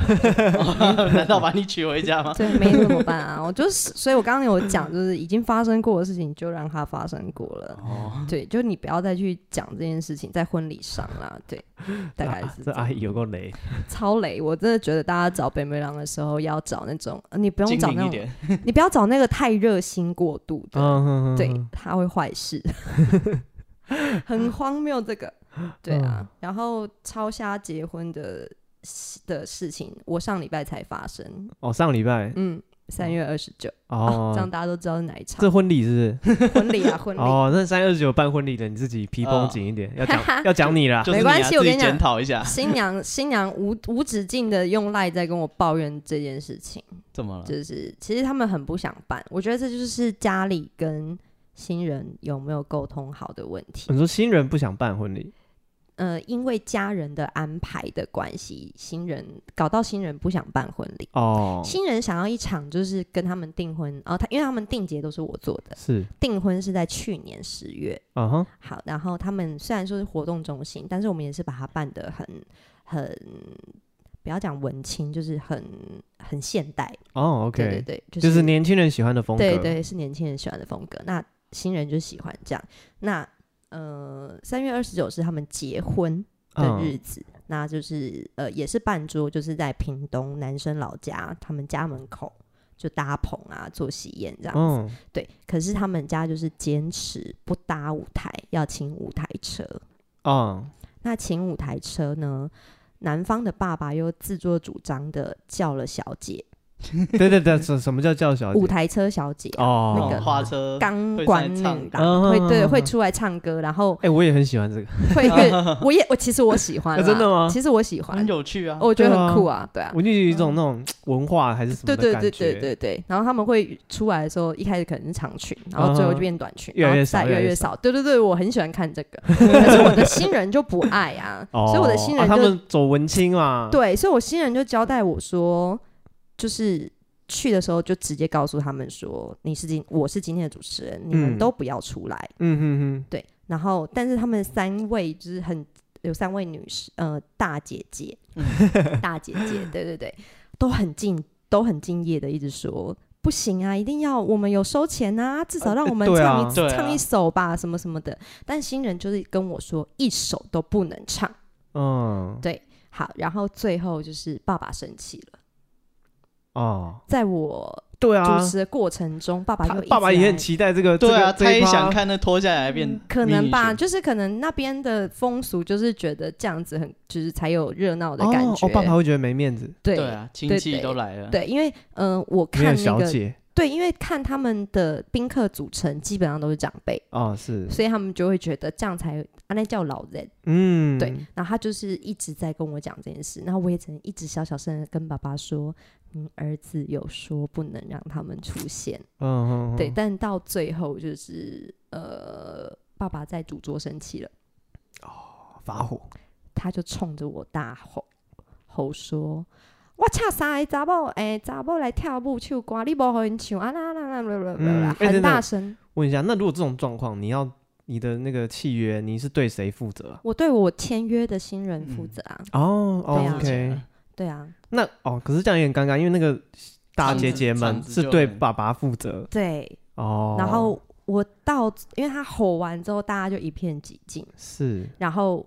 (laughs)
难道把你娶回家吗？
对，没怎么办啊。我就是，所以我刚刚有讲，就是已经发生过的事情就让它发生过了。
哦，
对，就你不要再去讲这件事情在婚礼上啦。对， (laughs) 大概
啊
是
这
样
阿姨有够雷，
超雷。我真的觉得大家找北美郎的时候要找那种，呃你不用
精
找
明
那
一
种，
点，
你不要找那个太热心过度的。
嗯，
对，他会坏
(laughs)
事，很荒谬这个。对
嗯
啊，然后超虾结婚的事的事情，我上礼拜才发生。
哦，上礼拜
嗯，三月二十九，啊这样
哦，
大家都知道是哪一场
这婚礼是不是
婚礼啊，婚礼。
哦，那三月二十九办婚礼的，你自己皮绷紧一
(laughs)
点，要讲要讲你啦，
就是你
没
啊
关系我
自
跟
己
你讲
检讨一下，
新娘新娘无无止境的用赖在跟我抱怨这件事情，
嗯
怎么了？
就是其实他们很不想办，我觉得这就是家里跟新人有没有沟通好的问题。
你说新人不想办婚礼，
呃，因为家人的安排的关系，新人搞到新人不想办婚礼，
哦，
新人想要一场就是跟他们订婚，哦，他因为他们订结都是我做的，
是，
订婚是在去年十月，
啊哈，
好，然后他们虽然说是活动中心，但是我们也是把它办得很很。不要讲文青，就是很很现代
哦
对
，OK，
对对，
就是年轻人喜欢的风格，
对对，是年轻人喜欢的风格。那新人就喜欢这样。那呃，三月二十九是他们结婚，的日
嗯，
子，那就是呃也是办桌，就是在屏东男生老家他们家门口就搭棚啊做喜宴这样子。
嗯，
对，可是他们家就是坚持不搭舞台，要请舞台车。
嗯，
那请舞台车呢？男方的爸爸又自作主张的叫了小姐，
对对对，什什么叫叫小姐
舞台车小姐啊，
哦，
那个
花车，
钢
会
管
上
女
来唱
郎
歌
会对
嗯
会出来唱歌，
(laughs)
然后
哎，我也很喜欢这个，
会会，我也我其实我喜欢啦，
啊真的吗
其实我喜欢
很，有趣啊，
我觉
对
得
啊
很酷啊，对啊，
我就有一种那种文化还是什么
对
的
对
感
对
觉，
对对对，然后他们会出来的时候，一开始可能是长裙，然后最后就变短裙，
嗯越来
然
越
后
少
再
越
越
来越
少。对对对，我很喜欢看这
(laughs)
个，可是我的新人就不爱啊，
哦，
所以我的新
啊
人
他
就
们走文青嘛，
对，所以我新人就交代我说，就是去的时候就直接告诉他们说，你是今我是今天的主持人，你们
嗯
都不要出来。
嗯哼哼，
对，然后但是他们三位就是很有三位女士，呃，大姐姐，
嗯
(laughs) 大姐姐，对对对，都很敬都很敬业的，一直说不行啊，一定要我们有收钱啊，至少让我们
对
唱一、
啊
对啊
唱一首吧，什么什么的。但新人就是跟我说一首都不能唱，
嗯，
好，然后最后就是爸爸生气了，
哦，
在我
对啊，
主持的过程中，爸爸
他
就一
爸爸
直
也很
来
期待这个，
对啊，
这个
他
这一
也
趴
想看那脱下来变，
嗯可能吧，，就是可能那边的风俗就是觉得这样子很，就是才有热闹的感
哦
觉。
哦。
啊
哦，爸爸会觉得没面子，
对
对啊，亲戚都来了，
对因为嗯、呃我
没有
看那
小
个
姐
对，因为看他们的宾客组成基本上都是长辈，
哦，是，
所以他们就会觉得这样才啊那叫老人。
嗯，
对，然后他就是一直在跟我讲这件事，然后我也只能一直小小声的跟爸爸说，嗯，儿子有说不能让他们出现，
嗯，嗯，
对，
嗯
但到最后就是呃，爸爸在主桌生气了，
发火，
他就冲着我大吼吼说。我恰三个查某，诶、查某来跳舞唱歌，你无互因唱啊啦啦啦啦啦啦啦，
嗯哎
很
真的
大声。
问一下，那如果这种状况，你要你的那个契约，你是对谁负责啊？
我对我签约的新人负责啊，
哦哦
对啊
，OK，
对啊，
那哦，可是这样有点尴尬，因为那个大
铲
姐
子
姐
铲
们
子
是
就
对
很
爸爸负责
对。
哦，
然后我到，因为他吼完之后，大家就一片寂静。
是
然后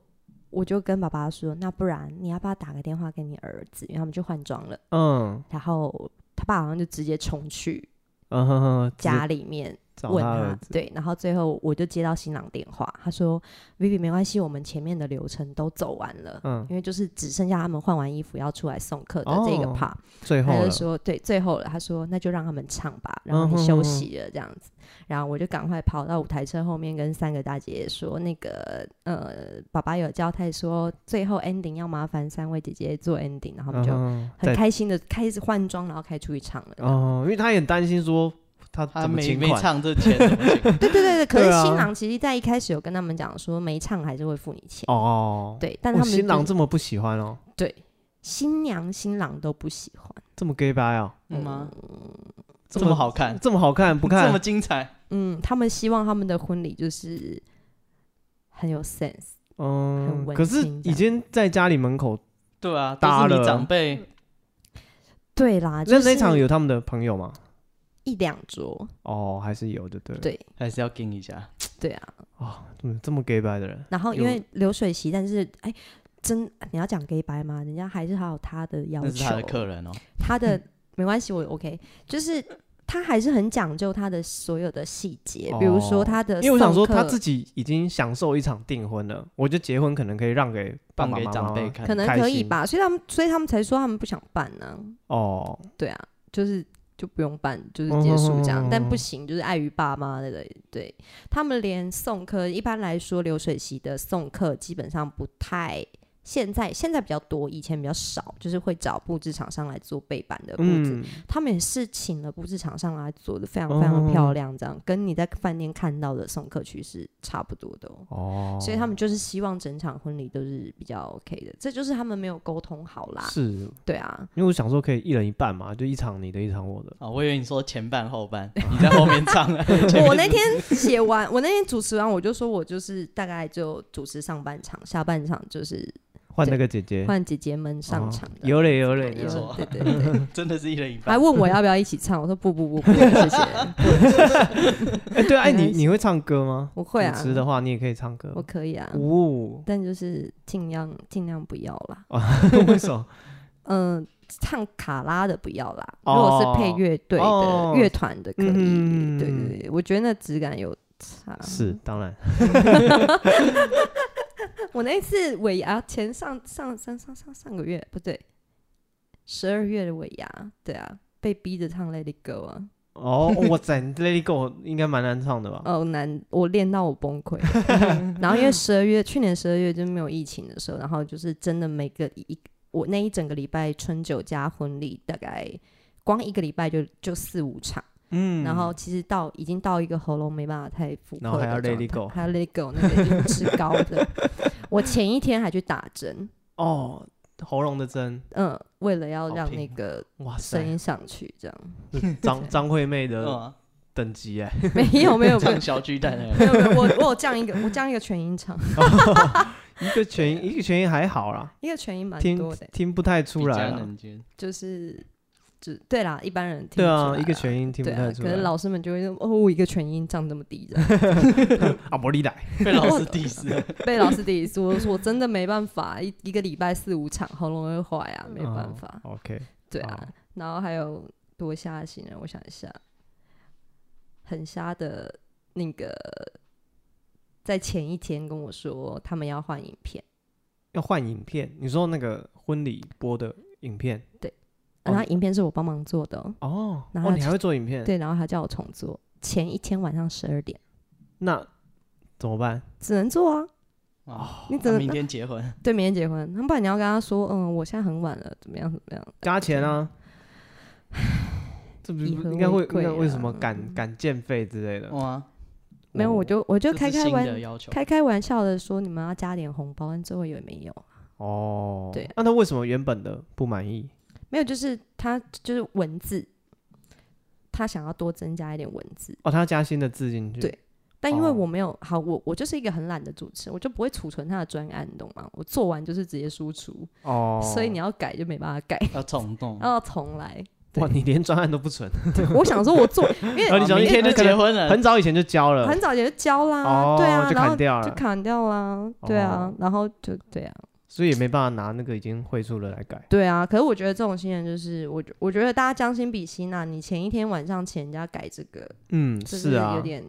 我就跟爸爸说：“那不然你要不要打个电话给你儿子？”因为他们就换装了。
嗯
然后他爸好像就直接冲去
嗯哼哼，直接
家里面
找
问
儿子
对。然后最后我就接到新郎电话，他说：“Vivi 没关系，我们前面的流程都走完了。”
嗯，
因为就是只剩下他们换完衣服要出来送客的这个
哦
part，、
最后
他
了嗯
就，说对，最后了，他说那就让他们唱吧，然后你休息了这样子，然后我就赶快跑到舞台车后面跟三个大姐姐说，那个呃，爸爸有交代说最后 ending 要麻烦三位姐姐做 ending，然后他们就
嗯
很
在
开心的开始换装，然后开始出去唱了。
哦，因为他也担心说他
他
怎么
没
请
没
款
唱这钱怎
(laughs)
么嗯请
对对对对，可是
对啊
新郎其实在一开始有跟他们讲说没唱还是会付你钱，
哦，
对，但
哇
他们
新郎
就是
这么不喜欢哦，
对新娘新郎都不喜欢，
这么 gay 掰哦，
嗯吗？
这
这
么
么好
(laughs)
看，
这么好看不
这
看
么精彩，
嗯，他们希望他们的婚礼就是很有 sense。
嗯
很，文
可是
青这
已
样
经在家里门口，
对啊，
搭
都是
了
你长辈，
对啦，
那
就
那
是
一场有他们的朋友吗？
一两桌，
哦，还是有，就对了。
对
还是要跟一下。
对啊。
啊，怎么这么 gay 白的人？
然后因
有
为流水席，但是哎，真你要讲 gay 白吗？人家还是还有他的要
那是
求，
他的客人哦，
他的 (laughs) 没关系，我 OK，就是他还是很讲究他的所有的细节，比如说
哦
他的，
因为我想说他自。己已经享受一场订婚了，我觉得结婚可能可以让给爸
放
爸
给
妈妈
长辈
吗
看，
可能
开
可以
心
吧，所以他们，所以他们才说他们不想办呢、
哦，
对啊，就是就不用办，就是结束这样。但不
哦
行，就是碍于爸妈的，对他们连送客，一般来说流水席的送客基本上不太。现在现在比较多，以前比较少，就是会找布置厂商来做背板的布置，
嗯，
他们也是请了布置厂商来做的，非常
哦
非常漂亮，这样、跟你在饭店看到的送客区是差不多的、
哦，
哦。所以他们就是希望整场婚礼都是比较 OK 的，这就是他们没有沟通好啦。
是因 (laughs)
对啊，
为我想说可以一人一半嘛，就一场你的，一场我的。
啊，我以为你说前半后
(laughs)
半，你在后面唱啊。前
我
面 (laughs)
那
是
天写完，我那天主持完，我就说我就是大概就主持上半场，下半场就是
换那个姐姐，
换姐姐们上
哦
场的。
有嘞有嘞，
有
有
错
对
(laughs)
对对，
真的是一人一
还
半，
问我要不要一起唱，我说不不不，不用谢
(laughs)
谢，
哎，对啊，哎，
没
你
关系
你会唱歌吗？
我会啊
主持的话你也可以唱歌
我。可以啊，
哦，
但就是尽量尽量不要啦，
(laughs) 为什么？
嗯、唱卡拉的不要啦，
哦
如果是配乐队
哦
的乐团的可以，
嗯
对对对，我觉得那质感有差。
是，当然。
(laughs) 我那一次尾牙前上上上上上上个月不对，十二月的尾牙，对啊，被逼着唱《Let It Go》啊，
哦，我在 Lady Go 应该蛮难唱的吧？
哦难，我练到我崩溃。
(laughs)
(laughs) 然后因为十二月去年十二月就没有疫情的时候，然后就是真的每个一我那一整个礼拜春酒加婚礼，大概光一个礼拜就就四五场。
嗯，
然后其实到已经到一个喉咙没办法太负荷的
然后还要 let it
状
go
态还要 let it go，那个已经吃高的。 (laughs) 我前一天还去打针，
哦，喉咙的针，
嗯，为了要让
好拼
哦
那个
哇塞
声，音上去，这样 (laughs)
是张张惠妹
嗯
的
啊
等级哎，
没有
(laughs)
没有没有
唱小巨蛋
(laughs) 没
哎，
有没有，我我有这样一个我这样一个全音场， (laughs)
一个全音一个全音还好啦，
一个全音啊蛮
听
多的，
听不太出来
比较
啦。
能接
就是就对啦，一般人听不
对
出
啊，
来
一个全音听不
对
太
啊，
出
可能
来。
老师们就会说哦，一个全音唱这么低的，
啊，伯利来，
被老师 diss 了。
被老师第一次我我真的没办法，一一个礼拜四五场，喉咙会坏啊，没办法。
哦 OK，
对啊
好，
然后还有多虾型人，我想一下，很虾的那个在前一天跟我说他们要换影片，
要换影片。你说那个婚礼播的影片，
啊然后影片是我帮忙做的哦、
哦，
然后
哦，你还会做影片？
对，然后他叫我重做，前一天晚上十二点
那怎么办？
只能做啊，
哦，
你只
那
能
明天结
(laughs)
婚，
对明天结婚，那不然你要跟他说，嗯，我现在很晚了，怎么样怎么样？
加钱啊？ (sighs) 这不是
以和
应该会
为贵哦
应该为什
啊
么赶赶建费之类的？
哇，
没
哦
有，我就我就
这是
开开
新的
玩
要求，
开开玩笑的说，你们要加点红包，但最后也没有，啊
哦，
对
那他为什么原本的不满意？
没有，就是他就是文字，他想要多增加一点文字，
哦，他加新的字进去。
对但因为
哦
我没有、好，我我就是一个很懒的主持人，我就不会储存他的专案，你懂吗？我做完就是直接输出，
哦，
所以你要改就没办法改，
要冲动。
然后重来。
(laughs) 哇，你连专案都不存，
我想说，
(laughs)
我做，因为
哦你想
明
一天就
结婚
(laughs)
了，
很早以前就交了
嗯很。早也就交啦，
哦
对啊，
就
然后
砍掉
就
了
砍掉啦，对啊，
哦
然后就对啊，
所以也没办法拿那个已经会出的来改。
对啊。可是我觉得这种新人就是我觉，我觉得大家将心比心啊，你前一天晚上请人家改这个，
嗯，
就是
啊
有，点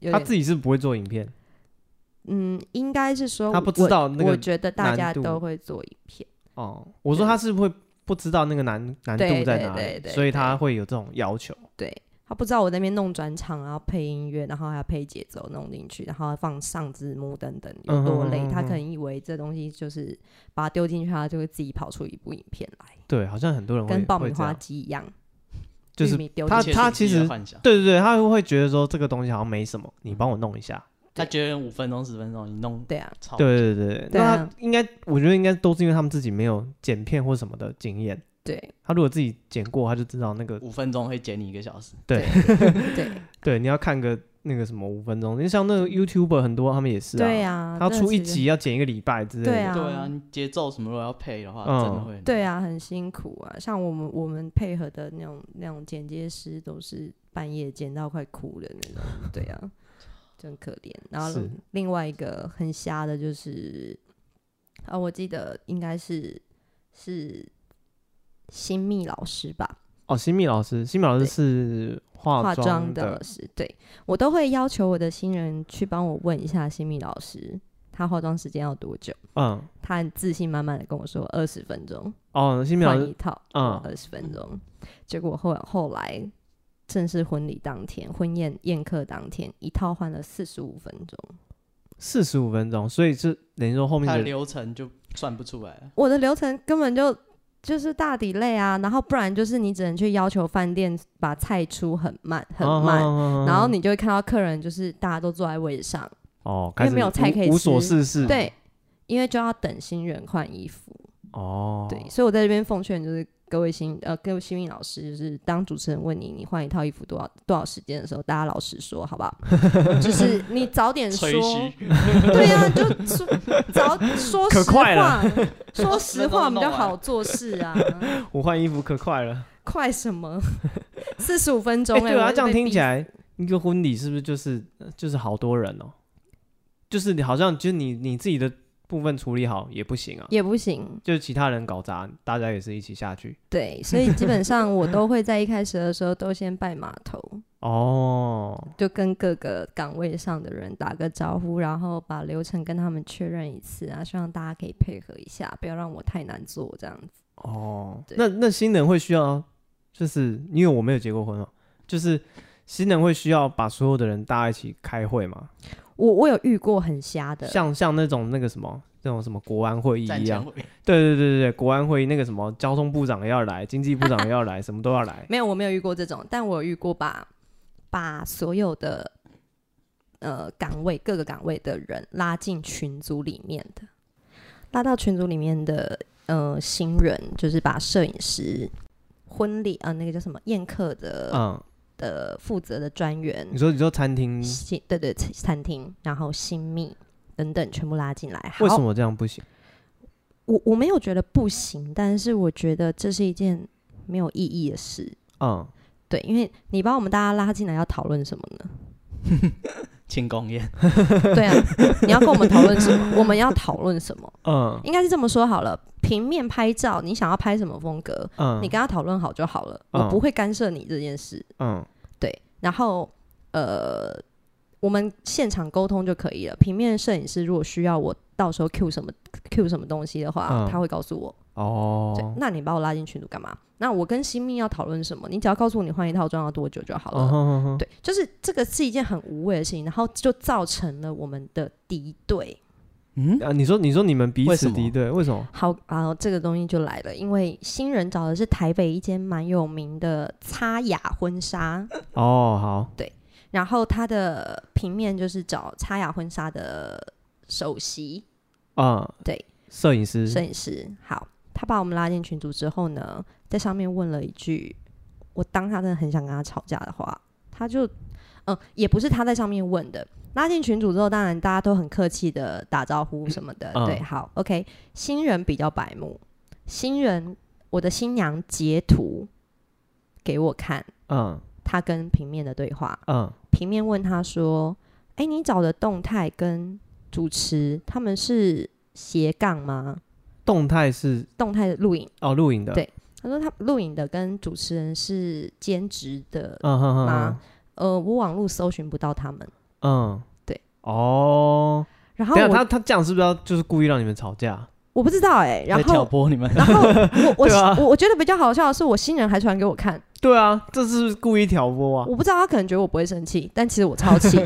有
他
点，
自己是不会做影片，
嗯，应该是说
他不知道那
我，我
个
觉得大家
难度
都会做影片，
哦。我说他是会不知道那个难难
对
度在
对
哪
对
里，
对
所以
对
他会有这种要求。
对。他不知道我在那边弄转场，然后配音乐，然后还要配节奏弄进去，然后放上字幕等等，有多
嗯
累？
哼嗯哼
他可能以为这东西就是把它丢进去，他就会自己跑出一部影片来。
对，好像很多人会
跟爆
会
米
这
花
样
机一样，
就是
玉米丢
他
进去
他
切实
其
际的
实
幻想，
对对对，他会觉得说这个东西好像没什么，
嗯
你帮我弄一下。
他觉得五分钟十分钟你弄
对啊，
超
对对对，那
对啊
他应该我觉得应该都是因为他们自己没有剪片或什么的经验。 (laughs)
对
他如果自己剪过，他就知道那个
五分钟会减你一个小时，
对
(laughs) 对，你要看个那个什么五分钟，因为像那个 YouTuber 很多他们也是啊，
嗯对啊，
他
真的
出一
其实
集要剪一个礼拜之类的。
对啊
对啊，你节奏什么如果要配的话，
嗯
真的会很
对啊，很辛苦啊。像我们我们配合的那种那种剪接师，都是半夜剪到快哭的那种，对啊，就很可怜。然后
是
另外一个很瞎的就是，啊，我记得应该是是新密老师吧，
哦，新密老师，新密老师是化
化妆
妆
的老师，对我都会要求我的新人去帮我问一下新密老师，他化妆时间要多久？
嗯，
他很自信满满的跟我说二十分钟，
哦，新密老
换
师
一，套，
嗯
二十分钟。结果后后来正式婚礼当天，婚宴宴客当天，一套换了四十五分钟。
四十五分钟，所以是等于说后面
它的
的
流程就算不出来了。
我的流程根本就就是大底类啊，然后不然就是你只能去要求饭店把菜出很慢很
啊
慢，
慢
然后你就会看到客人就是大家都坐在位置上。
哦，
因为
开始
没有菜
无
可以
无所
吃
事事，
对，因为就要等新人换衣服。
哦，
对，所以我在这边奉劝就是各位新呃各位新运老师，就是当主持人问你你换一套衣服多少多少时间的时候，大家老实说好不 (laughs) 好？就是你早
(laughs)
点说，
吹嘘，
对呀、啊，就说
(laughs)
早说
可
实
快
话
了，
(laughs) 说实
那
话
都弄完
比较好做事
(laughs)
啊，
我换衣服可快
(laughs)
了。
快什么？四十五分钟
哎、
哎、
对啊，
我
这样
被
听
逼
起来，一个婚礼是不是就是就是好多人哦？就是你好像就是你你自己的部分处理好也不行啊，
也不行，
就是其他人搞砸，大家也是一起下去。
对，所以基本上我都会在一开始的时候都先拜码头，
哦，
就跟各个岗位上的人打个招呼，然后把流程跟他们确认一次啊，希望大家可以配合一下，不要让我太难做这样子。
哦，
对
那那新人会需要，就是因为我没有结过婚哦，就是新人会需要把所有的人大家一起开会嘛，
我我有遇过很瞎的，
像像那种那个什么那种什么国安会议
站
一
前
样，
会
对对对对对，国安会议那个什么交通部长要来，经济部长要来，什么都要来，
没有我没有遇过这种，但我有遇过把把所有的呃岗位各个岗位的人拉进群组里面的，拉到群组里面的呃新人，就是把摄影师、婚礼啊、呃那个叫什么宴客的、
嗯，
的负责的专员
你，说你说餐厅
新对对餐餐厅，然后新密等等全部拉进来。好
为什？么这样不行？
我我没有觉得不行，但是我觉得这是一件没有意义的事。
嗯，
对，因为你把我们大家拉进来要讨论什么
(laughs)
呢？
庆功宴，
对啊，你要跟我们讨论什么？ (laughs) 我们要讨论什么？
嗯
应该是这么说好了。平面拍照，你想要拍什么风格，
嗯，
你跟他讨论好就好了。我
嗯
不会干涉你这件事。
嗯
对，然后呃，我们现场沟通就可以了。平面摄影师如果需要我到时候 Q 什么 Q 什么东西的话，
嗯
他会告诉我。对
哦，
那你把我拉进群组干嘛？那我跟新密要讨论什么？你只要告诉我你换一套装要多久就好了。
嗯哼哼哼
对，就是这个是一件很无谓的事情，然后就造成了我们的敌对。
嗯，
啊，你说你说你们彼
为
此
什么
敌对，为什么？
好啊、这个东西就来了，因为新人找的是台北一间蛮有名的擦雅婚纱，
哦，好，
然后他的平面就是找擦雅婚纱的首席
啊，
对，
摄影师，
摄影师。好，他把我们拉进群组之后呢，在上面问了一句，我当他真的很想跟他吵架的话，他就嗯，也不是他在上面问的。拉进群组之后，当然大家都很客气的打招呼什么的。
嗯
对，好，OK。新人比较白目，新人我的新娘截图给我看，
嗯
他跟平面的对话。
嗯，
平面问他说：“哎、你找的动态跟主持他们是斜杠吗？
动态是
动态的录影
哦，录影的，
对他说他录影的跟主持人是兼职的，
嗯哼哼哼
吗，呃，我网络搜寻不到他们。
嗯，
对，
哦，
然后
等一下
我
他他这样是不是要就是故意让你们吵架？
我不知道哎、然
在挑
后
拨你们。
然后我
(laughs)
我、
对啊
我我觉得比较好笑的是，我新人还传给我看，
对啊，这是不是故意挑拨啊？
我不知道他可能觉得我不会生气，但其实我
(laughs)
超气。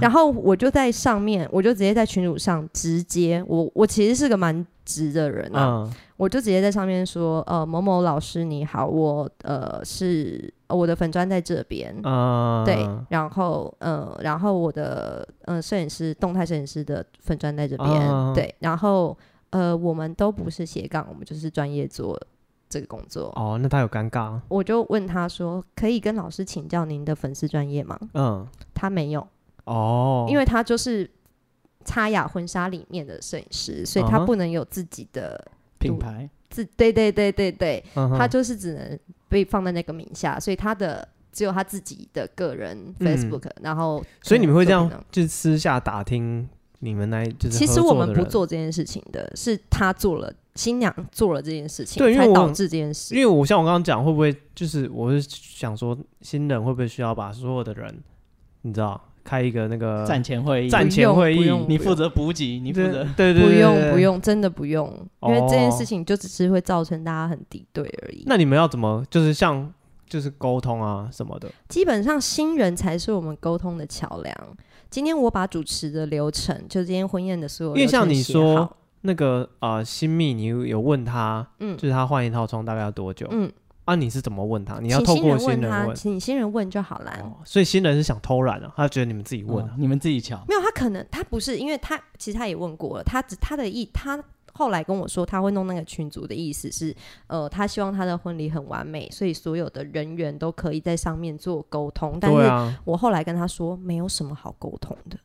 然后我就在上面，我就直接在群组上直接，我我其实是个蛮直的人啊，
嗯
我就直接在上面说，呃，某某老师你好，我呃是呃我的粉砖在这边，
嗯，
对，然后呃，然后我的呃摄影师动态摄影师的粉砖在这边，
啊
对，然后呃我们都不是斜杠，我们就是专业做这个工作。
哦，那他有尴尬，
我就问他说，可以跟老师请教您的粉丝专业吗？
嗯，
他没有，
哦，
因
为
为他就是擦雅婚纱里面的摄影师，所以他
啊哈
不能有自己的
品牌
自，对对对对对，他
他
就是只能被放在那个名下，所以他的只有他自己的个人
嗯
Facebook，、然后
所以你们会这
作品
样
呢
就私下打听你们那就是
其实
合
我
作
们
的
不
人，
做这件事情的，是他做了，新娘做了这件事情，
对因为
才
我
导致这件
因
事。
为我像我刚刚讲，会不会就是我是想说新人会不会需要把所有的人，你知道开一个那个
战前会议，
战前
不
会
用
议
不，用
你负责补给，你负
对
责
对对，
不
对
用不。用，真的不用，因为这件
哦
事情就只是会造成大家很敌对而已。
那你们要怎么就是像就是沟通啊什么的？
基本上新人才是我们沟通的桥梁。今天我把主持的流程，就今天婚宴的所有
因为
流程
像你
写
说
好，
那个呃，新密，你有有问他，
嗯
就是他换一套装大概要多久？
嗯，
啊，你是怎么问他？你要
请
透
新
过
人
新
问
人
他，
问，
请新人问就好啦。
哦所以新人是想偷懒啊，他觉得你们自己问
嗯
哦
啊，
你们自己瞧。
没有，他可能他不是，因为他其实他也问过了，他只他的意他后来跟我说他会弄那个群组的意思是，呃，他希望他的婚礼很完美，所以所有的人员都可以在上面做沟通。但
对
是
啊，
我后来跟他说，没有什么好沟通的，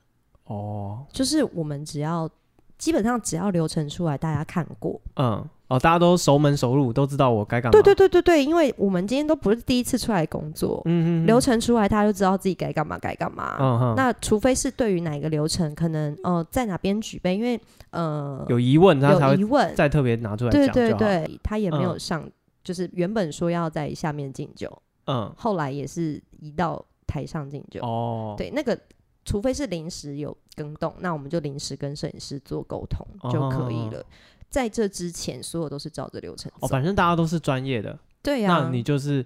哦，
就是我们只要基本上只要流程出来，大家看过。
嗯，哦，大家都熟门熟路，都知道我该干嘛。
对对，对对对，因为我们今天都不是第一次出来工作，
嗯嗯，
流
程，
程出来大家就知道自己该干嘛该干嘛。
嗯哼，
那除非是对于哪一个流程，可能呃在哪边举杯，因为呃
有疑问他才
有
会
疑问，
再特别拿出来
对
讲
对
就好。
对，他也没有
嗯
上，就是原本说要在下面敬酒，
嗯，
后来也是移到台上敬酒。
哦，，
对，那个除非是临时有更动，那我们就临时跟摄影师做沟通
哦
就可以了。在这之前，所有都是照着流程
哦，
走。
反正大家都是专业的，
对啊呀、
那你就是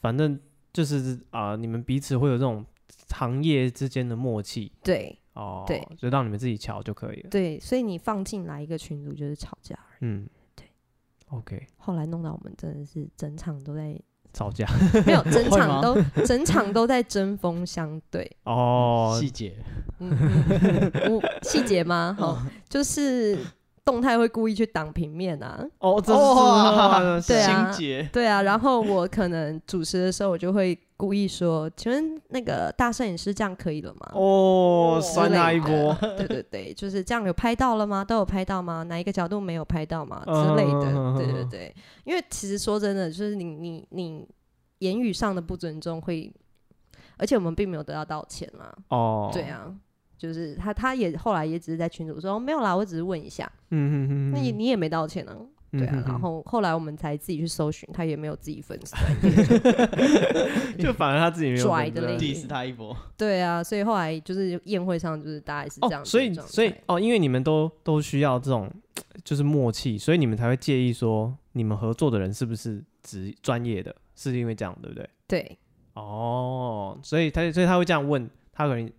反正就是啊，你们彼此会有这种行业之间的默契。
对
哦，
对，
就让你们自己瞧就可以了。
对，所以你放进来一个群组就是吵架而已。
嗯，
对。
OK，
后来弄到我们真的是整场都在
吵架
(laughs) 没有，整
会
场
吗
都整场都在针锋相对。
哦
细节，
嗯嗯嗯我细
(laughs)
节吗？哦，
嗯
就是动态会故意去挡平面啊，
哦，这
哦
是
对
(laughs)
啊
心结，
对啊。然后我可能主持的时候，我就会故意说：“请问那个大摄影师这样可以了
(laughs)
吗？”
哦，
之
酸他
类
一波
的对对对，就是这样有拍到了吗？都有拍到吗？哪一个角度没有拍到吗？
嗯
之类
嗯嗯嗯
的。对对
嗯
对，因为其实说真的，就是你你你言语上的不尊重会，而且我们并没有得到道歉啦。
哦，
对，啊，就是他他也后来也只是在群主说、哦没有啦，我只是问一下。
嗯嗯嗯，
那你
嗯
你也没道歉呢、对啊
嗯哼，哼
然后后来我们才自己去搜寻，他也没有自己粉丝，
就反而他自己没有
(laughs) 拽
分
的
对
嘞
diss 他一波，
对啊，所以后来就是宴会上就是大概是这样
哦，
子
所
的
以
状态、
所以哦，因为你们都都需要这种就是默契，所以你们才会介意说你们合作的人是不是职专业的，是因为这样对不对？
对
哦，所以他所以他会这样问，他可能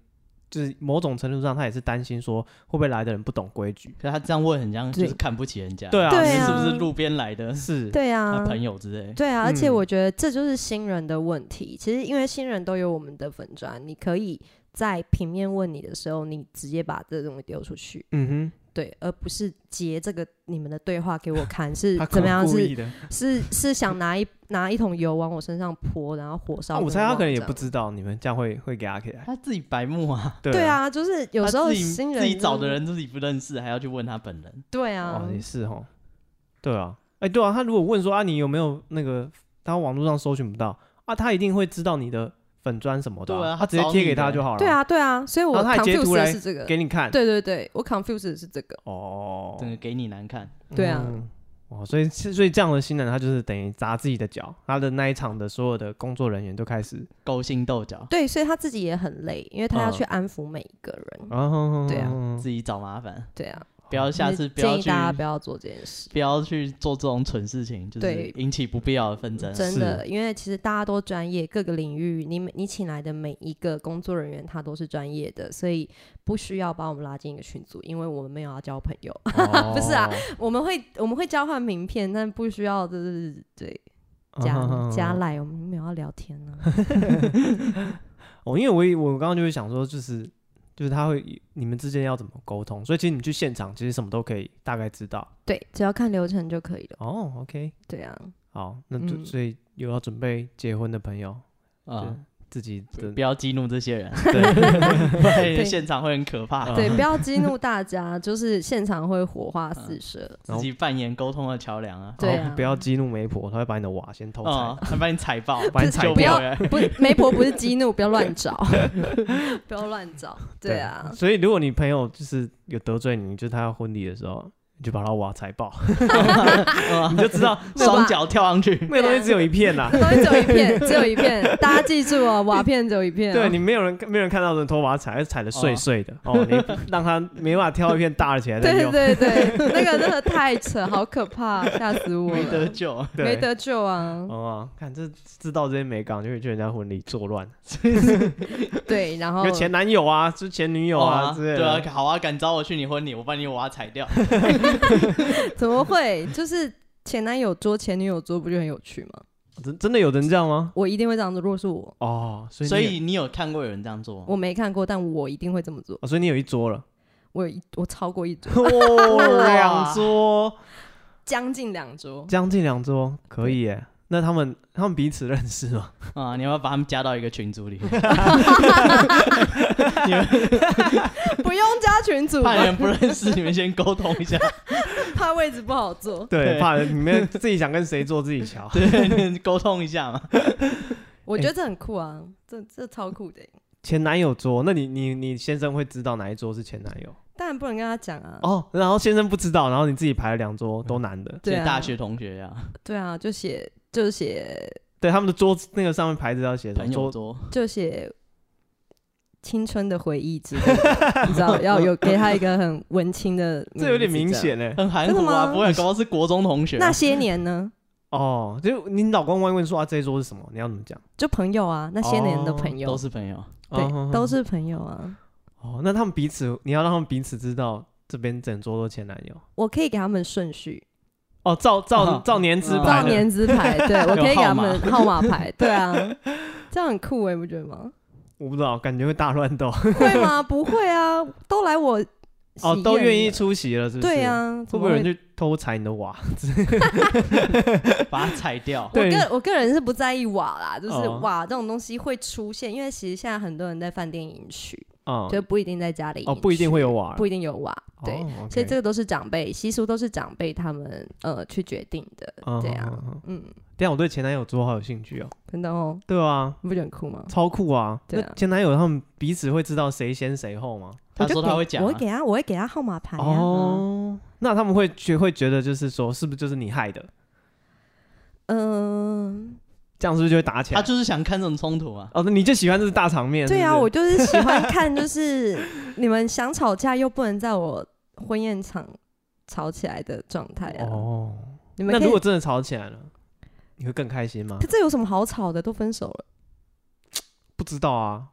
就是某种程度上他也是担心说会不会来的人不懂规矩，
(laughs) 可是他这样问很像就
对
是看不起人家，
对啊
对
你
啊
是不是路边来的
是，
对
他
啊，
朋友之类？
对啊，而且
嗯
我觉得这就是新人的问题。其实因为新人都有我们的粉砖，你可以在平面问你的时候，你直接把这东西丢出去，
嗯
对，而不是截这个你们的对话给我看，是
哼，他
怎么样？
故
是
意的，
是是想拿一拿一桶油往我身上泼，然后火烧
啊
我
我
的
猜他
网
可能也
这样
不知道你们这样会会给他起来，
他自己白目啊，
对
对
啊，
啊，就是有时候
他自己
新人
自己找的
就是，
人自己不认识，还要去问他本人，
对啊
哦，，也是哦，对啊，哎、对啊，他如果问说啊，你有没有那个，他网络上搜寻不到啊，他一定会知道你的粉砖什么的、
对啊
他
他
直接
找
贴
你
给他
的
就好了，
对，啊，对啊，所以我
然后他还截图
confuse
来
的是这个，
给你看，
对对对，我 confuse 的是这个，
哦，
整个给你难看。
对啊
嗯哦，所以所以这样的新人，他就是等于砸自己的脚，他的那一场的所有的工作人员都开
(laughs)
始，
勾心斗角，
对，所以他自己也很累，因为他要
嗯
去安抚每一个人，
啊
对啊
啊，
自己找麻烦，
对啊，
哦
不要下次不
建
要
议
去
大家不要做这件事。
不要去做这种蠢事情，就是
对
引起不必要的纷争啊。
真的，因为其实大家都专业，各个领域，你每你请来的每一个工作人员，他都是专业的，所以不需要把我们拉进一个群组，因为我们没有要交朋友，
哦
不是啊我们会我们会交换名片，但不需要就是对
哦，
加、
(laughs) 嗯
加赖，我们没有要聊天啊呢、
(laughs) 哦，因为我也我刚刚就会想说，就是就是他会你们之间要怎么沟通，所以其实你去现场其实什么都可以大概知道。
对，只要看流程就可以了。
哦，OK，
对啊，
好，那就、
嗯
所以有要准备结婚的朋友，
啊，
自己嗯的
不要激怒这
(laughs)
些人， (laughs)
对
不然
对
现场会很可
嗯啊
怕。
对，不要激怒大家，就是现场会火花四射。
然
自
后
己扮演沟通的桥梁啊，
对
然后
啊
不要激怒媒婆，他会把你的瓦先偷
啊，
拆。
还把你踩爆，
(laughs) 把你踩
就
爆
有
不
人
不，媒婆不是激怒，不要乱找， (laughs) 不要乱找。对啊，
所以如果你朋友就是有得罪你，就是他要婚礼的时候，你就把他瓦踩
(laughs)
爆， (laughs) 你就知道那
(laughs) 双脚跳上去，
那个东西只有一片啊呐、
那东西只有一片， (laughs) 只有一片，大家记住哦，瓦片只有一片、哦。
对你没有人没有人看到人偷把它踩，而且踩的碎碎的哦，你 (laughs) 让他没办法挑一片大的起
(laughs)
来再
对
用，
对对，那个真的太扯，好可怕，吓死我
没得
了， (laughs)
救。
对
没得救啊！
哦啊，看这知道这些美感，就会去人家婚礼作乱，
对，然后
有前男友啊，之前女友
哇
啊之类
对
的，
哦啊，好啊，敢找我去你婚礼，我把你娃踩掉。
怎么会？就是前男友捉前女友捉，不就很有趣吗？
真真的有人这样吗？
我一定会这样做。如果是我，
哦，所以
所
你
以你有看过有人这样做吗？
我没看过，但我一定会这么做。
哦，所以你有一桌了，
我有一我超过一
(laughs)
桌，
哦，两桌，
将近两桌。
将近两桌，可以耶。那他们他们彼此认识吗？
啊，你要不要把他们加到一个群
(laughs)
组里， (laughs)
不用加
(laughs)
群组吧
怕，人不认识，你们先沟通一下，
怕位置不好
(laughs)
坐。
(laughs) 对，
对
怕你们自己想跟谁做自己 (laughs) 瞧。
(laughs) 对，沟通一下嘛。
我觉得这很酷啊，这这超酷的欸。
前男友桌，那你你你先生会知道哪一桌是前男友
当然不能跟他讲啊。
哦，然后先生不知道，然后你自己排了两桌都男的，
所
对
以
啊，
大学同学呀，
对啊，就写就写
对，他们的桌子那个上面牌子要
啊
写什
朋
么
友
桌
多，
就写青春的回忆之类
(laughs)
的，你知道，要有给他一个很文青的，
这有点明。显哎。
很含
真
糊
的
啊，
吗
不会，搞不好是国中同学啊。
那些年呢？
哦，就你老公会问说啊，这一桌是什么？你要怎么讲？
就朋友啊，那些年的朋友，
都是朋友，
哦
对，都是朋友啊。
哦。那他们彼此，你要让他们彼此知道这边整桌都前男友
我可以给他们顺序，
哦，照照
哦
照年资
嗯
排
照
的。
年资牌，
(laughs)
对我可以给他们
有
号码牌，对啊，这样很酷哎、你不觉得吗？
我不知道，感觉会大乱
(laughs)
斗
会吗？不会啊，都来我
哦，
喜
都
宴
愿意
了
出席了，是不是？
对，啊，
会
怎
不
么
会有人去偷踩你的瓦？。
把他踩掉
对
我个我个人是不在意瓦啦，就是
哦
瓦这种东西会出现，因为其实现在很多人在饭店饮区，
嗯，
就不一定在家里
哦，
饮
不一定
区
会有瓦，
不一定有瓦，对，
哦，OK
所以这个都是长辈习俗，都是长辈他们呃去决定的，
嗯嗯
这
嗯
样
嗯，
嗯，
等一下我对前男友桌好有兴趣哦。
真的哦，
对啊，
你不觉得很酷吗？
超酷啊！
对
那
啊
前男友他们彼此会知道谁先谁后吗？
他
我就
说他
给
会讲啊
我会给他，我会给他号码牌啊。
哦，那他们会觉会觉得就是说，是不是就是你害的？
嗯，
这样是不是就会打起
他
来？
就是想看这种冲突啊。
哦，那你就喜欢这是大场面？
对啊，
是不
我
是
就是喜欢看，就是 (laughs) 你们想吵架又不能在我婚宴场吵起来的状态啊。
哦，
你们
那
可
如
以
果，真的吵起来了，你会更开心吗
可？这有什么好吵的？都分手了，
不知道啊，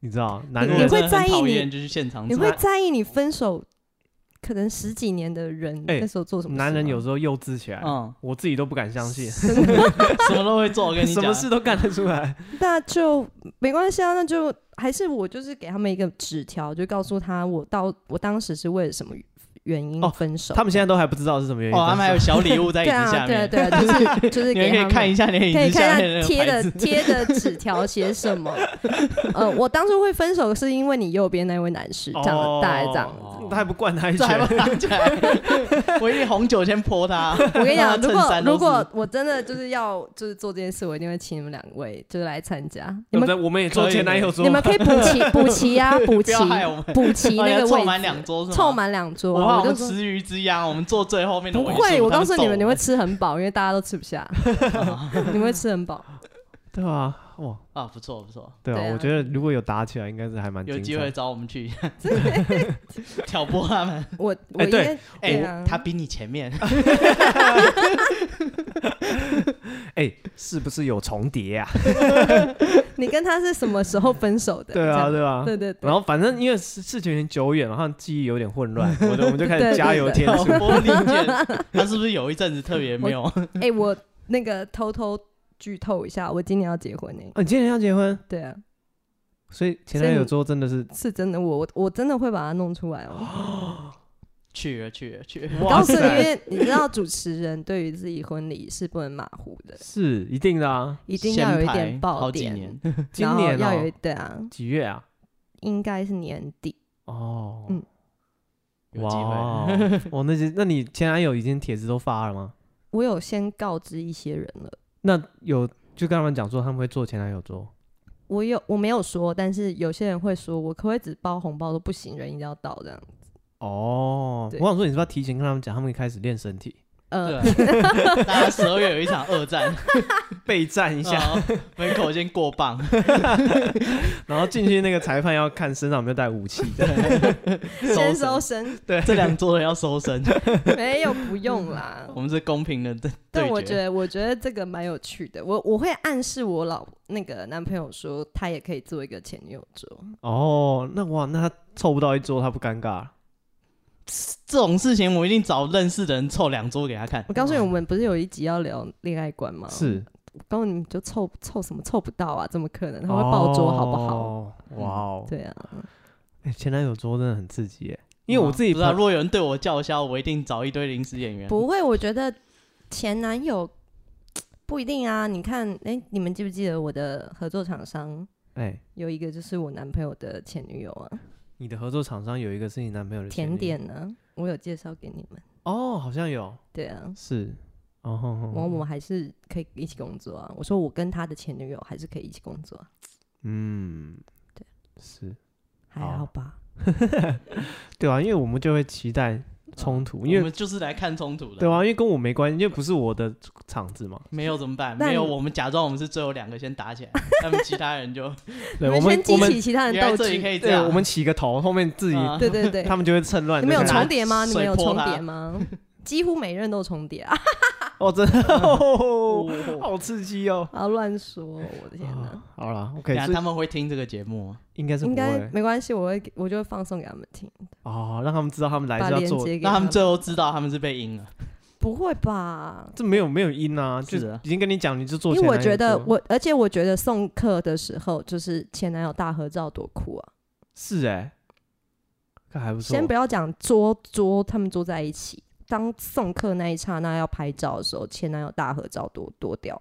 你知道男
你
如果
人
会
真的很
在意
讨
你
厌就去现场
你
吵
会在意你分手可能十几年的人
哎
那时候做什么事吗？
男人有时候幼稚起来，
啊嗯，
我自己都不敢相信，
什么都会做。我 (laughs) 跟你
什
讲，
么事都干得出来。
(laughs) 那就没关系啊，那就还是我就是给他们一个纸条，就告诉他我到我当时是为了什么原因
哦
分手。
他们现在都还不知道是什么原因。
哦，他们还有小礼物在椅
对
子
啊，
下
对啊，
面，
对啊，
(laughs)
就是就是
你们可以
给他们
看一下那个椅
可以
子下
看
面
一
那
下
个
贴
牌
(laughs) 的
子。
贴的纸条写什
(laughs)
么。呃，我当初会分手是因为你右边那位男士，这样大概这样子。
(laughs)
哦 (laughs) 他还不灌他一
这还
拳， (laughs)
不拿起来？ (laughs) 我一定红酒先泼他。
(laughs) 我跟你讲，
让他
如
衬
果
衫都
如果
是
我真的就是要就是做这件事，我一定会请你们两位就是来参加。
我
你们
们我们也做
可以
前男友说
你，们可以补齐
(laughs)
补齐啊，补
不
齐
要害我们
补齐
哦你
那
要 (laughs)
个
凑
位
满
置
两桌是吗
凑满两桌
我
啊，
怕我
就
们
说
吃鱼之殃，我们坐最后面的
不
尾数。
会，我
他
告诉你们，
揍
你会吃很饱，因为大家都吃不下， (laughs)
(laughs)
你们会吃很饱。
对啊，哇，
啊，不错不错，
对
对
啊，
啊
我觉得如果有打起来，应该是还蛮
有
精
机
彩
会。找我们去 (laughs) 挑拨他
(laughs)
们。
欸我我
哎
应
对
该
哎、
对啊
他比你前
(laughs)
面，
哎，是不是有重叠
(laughs)
啊？
你跟他是什么时候分手
(laughs)
的？
对
这
啊，
样
对啊。
对对
(laughs)
对
然。后反正因为事事情有点久远，然后记忆有点
(laughs)
混乱，我的我们就开
对
始
对
加油
对
添
挑
醋。
拨离间。他是不是有一阵子特别没有？ (laughs)
(laughs) 哎，我那个偷偷剧透一下，我今年要结婚呢。
哦，你今年要结婚，
对啊，
所以前
所以
男友
你
之后真的是
是真的，我我我真的会把它弄出来哦。
去了去了去了，
我
哇
告诉你，因
塞，
为你知道主持人对于自己婚礼是不能马虎的，
是一定的啊。
一定要有一点
先排
爆
好几
点，
年
今
然后
年 (laughs)
要有一
哦，
对啊，
几月啊？
应该是年底。
哦，
嗯
有机
哇
会。
(laughs) 哦，那些那你前男友已经帖子都发了吗？
我有先告知一些人了，
那有就跟他们讲说他们会做前男友桌，
我有我没有说，但是有些人会说，我可不可以只包红包都不行，人一定要到这样。
哦，
对
我想说，你是不是要提前跟他们讲，他们可以开始练身体，
呃，
对， (laughs) 大家十二月有一场二战，
备战一 (laughs) 下，
哦门口先过磅，
然后进去那个裁判要看身上有没有带武器。
(laughs)
收
先收
身
身
这两桌人要收身，
(laughs) 没有不用啦。
我们是公平的对
但我
对
觉
决。
得，我觉得这个蛮有趣的。我我会暗示我老那个男朋友说，他也可以做一个前女友桌。
(laughs) 哦，那哇，那他凑不到一桌，他不尴尬？
这种事情我一定找认识的人凑两桌给他看。哦
我告诉你，我们不是有一集要聊恋爱观吗？，
嗯是，
我告诉你们就凑凑什么凑不到啊，怎么可能？他会爆桌好不好？
哦？哇哦，
对啊，
哎前男友桌真的很刺激耶，因为我自己
不知道，
朋
如果有人对我叫嚣，我一定找一堆临时演员。
不会，我觉得前男友不一定啊。你看，哎、你们记不记得我的合作厂商
哎，
有一个就是我男朋友的前女友啊？
你的合作厂商有一个是你男朋友的前
甜
女友
点呢、我有介绍给你们。
哦，好像有
对啊，
是。哦，吼吼
然后我们还是可以一起工作啊。我说我跟他的前女友还是可以一起工作啊、
嗯，
对，
是
还
好
好吧？
对啊，因为我们就会期待冲突，因
我
为
们就是来看冲突的。
对啊，因为跟我没关系，因为不是我的场子嘛。
没有怎么办？
那
没有，
你
我们假装我们是最后两个先打起来，他们其他人就
对，
你
我们
先激
我们
起其他人
原来
斗
这里可
志。
以这
对，啊
样。
我们起个头，后面自己
啊
对对对，
(laughs) 他们就会趁乱。
你们有
就开
重
始
叠吗？你们
水
有
泼
重
他
叠吗？ (laughs) 几乎每任都重叠啊！ (laughs)
哦，真的，哦
哦
(laughs) 好刺激哦！
啊，乱说，我的天哪！
啊好啦
等
，OK，
下
所以
他们会听这个节目啊吗，
应该是不
应该
会
没关系，我会给我就会放送给他们听，
哦，让他们知道他们来
把
是要
链
做，
接给
让他
们
们最后知道他们是被阴了。
不会吧？
这没有没有音啊，就是
啊
已经跟你讲，你就做
因
前
为
男友做。
我觉得我，而且我觉得送客的时候，就是前男友大合照多酷啊！
是哎，看还不错。
先不要讲桌桌，他们坐在一起，当送客那一刹那要拍照的时候，前男友大合照多多
(laughs)
屌，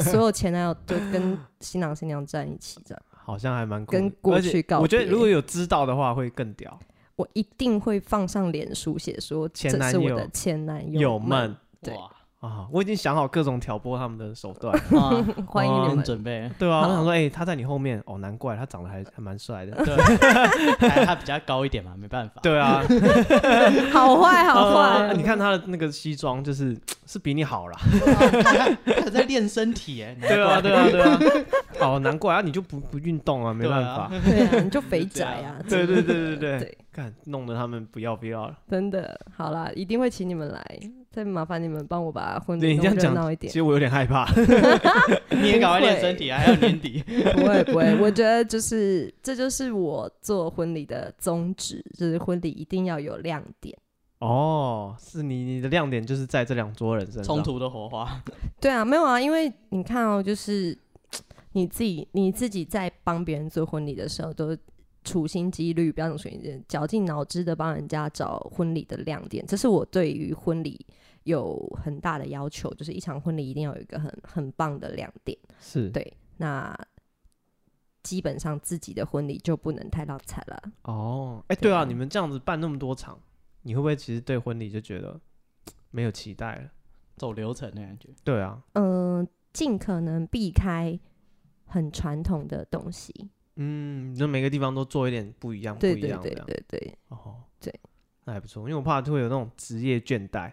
所有前男友就跟新郎新娘站一起这样，
好像还蛮酷的
跟过
而且
去告
我觉得
别
如果有知道的话，会更屌。
我一定会放上脸书写说
前
这
男
是我
友
的前男友
友们，
对
哇，
啊，我已经想好各种挑拨他们的手段
(laughs)
(laughs) 了，
啊，
(laughs) 欢迎
哦
你
先
们。
准备，
对啊，我
好
想说，哎、他在你后面，哦，难怪他长得还还蛮帅 (laughs) 的，
对， (laughs) 还他比较高一点嘛，没办法。 (laughs)
对啊，
好坏好
啊
坏，
你看他的那个西装，就是是比你好啦，
他有在练身体哎，难
(laughs) 啊对啊，
怪
对 (laughs) 啊，对啊，哦，难怪啊，你就不不运动啊，没
对啊
办法， (laughs)
对啊，你就肥宅啊，
对对对对对
对，
看弄得他们不要不要了。
真的，好啦，一定会请你们来，再麻烦你们帮我把婚
对
礼
你这
弄
样
热闹一
讲，
点
其。实我有点害怕。 (laughs)
你也赶快练身体啊，还有年底。
不会不会，我觉得就是这就是我做婚礼的宗旨，就是婚礼一定要有亮点。
哦，是你你的亮点就是在这两桌人身上
冲。突的火花，
对啊，没有啊，因为你看哦，就是你自己你自己在帮别人做婚礼的时候，都处心积虑，不要用处心积虑，绞尽脑汁的帮人家找婚礼的亮点。这是我对于婚礼有很大的要求，就是一场婚礼一定要有一个很很棒的亮点。
是
对，那基本上自己的婚礼就不能太浪惨了。
哦，哎、对啊，
对
你们这样子办那么多场，你会不会其实对婚礼就觉得没有期待了？
走流程的感觉。
对啊，
嗯、尽可能避开很传统的东西。
嗯，就每个地方都做一点不一样，不
对
一
对
样这
对
样。
对对，
哦，
对，
那还不错，因为我怕会有那种职业倦怠，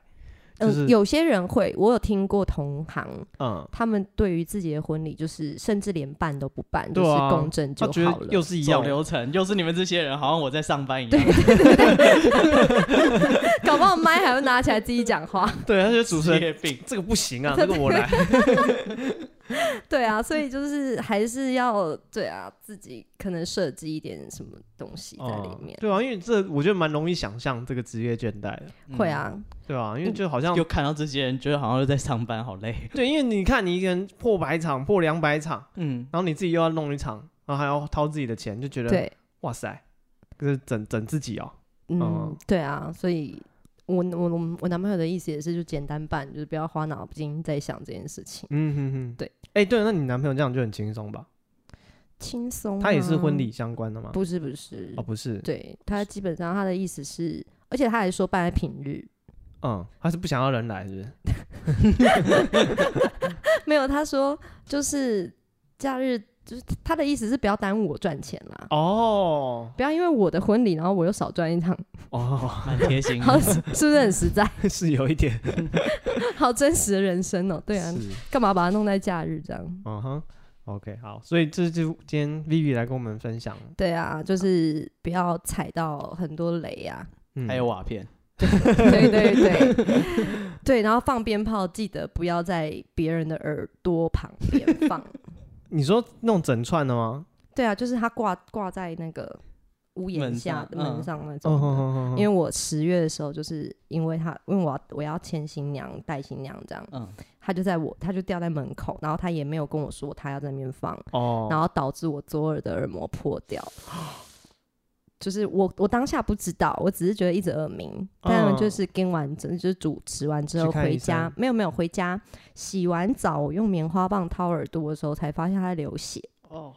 就
嗯、
是
有些人会，我有听过同行，
嗯，
他们对于自己的婚礼就是甚至连办都不办，就
对啊
是公证就
他觉
好
得又
了。
是一
走
样，
流程，又是你们这些人，好像我在上班一样。
搞不好麦还会拿起来自己讲话。
对，他觉得主持
职
人
业病，
这个不行
(laughs)
啊，这个我来，
对啊，所以就是还是要对啊，自己可能设计一点什么东西在里
嗯
面。
对啊，因为这我觉得蛮容易想象这个职业倦怠的，
会啊，
对啊，因为就好像
嗯，又看到这些人，觉得好像又在上班，好累。
对，因为你看你一个人破百场、破两百场，
嗯，
然后你自己又要弄一场，然后还要掏自己的钱，就觉得
对，
哇塞，就是整整自己哦。嗯
嗯，对啊，所以我我我我男朋友的意思也是，就简单办，就是不要花脑筋在想这件事情，
嗯哼哼，
对。
哎、对，那你男朋友这样就很轻松吧？
轻松、啊
他也是婚？礼相关的吗？
不是不是，
哦，不是，
对他基本上他的意思是，而且他还说办在平日， (laughs)
嗯，他是不想要人来，是不是？
没有他说就是假日，就是他的意思是不要耽误我赚钱啦。
哦
不要因为我的婚礼，然后我又少赚一场，
哦，
蛮贴心的。 (laughs)
好 (laughs) 是是不是很实在？ (laughs)
是有一点，
好真实的人生哦、对啊，
是，
干嘛把它弄在假日这样？
嗯哼，OK，好，所以这就今天 Vivi 来跟我们分享，
对啊，就是不要踩到很多雷啊。
嗯，
还有瓦片， (laughs)
对对对对，然后放鞭炮记得不要在别人的耳朵旁边
(laughs)
放。
你说弄整串的吗？
对啊，就是它挂挂在那个屋檐
门
下
上
的门
嗯
上那
哦
种
吼
的。
吼吼吼
因为我十月的时候，就是因为他，因为我要我要牵新娘、带新娘这样，
嗯，
他就在我，他就掉在门口，然后他也没有跟我说他要在那边放，然
哦，
后导致我左耳的耳膜破掉。就是我，我当下不知道，我只是觉得一直耳鸣，但就是跟完整，就是主持完之后
嗯去看
回
医
家
生，
没有没有回家，洗完澡我用棉花棒掏耳朵的时候才发现它在流血，
哦，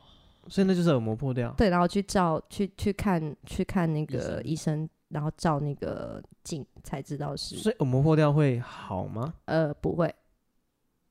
所以那就是耳膜破掉，
对，然后去照去去看去看那个
医生
医生，然后照那个镜才知道是
所以耳膜破掉会好吗？
呃不会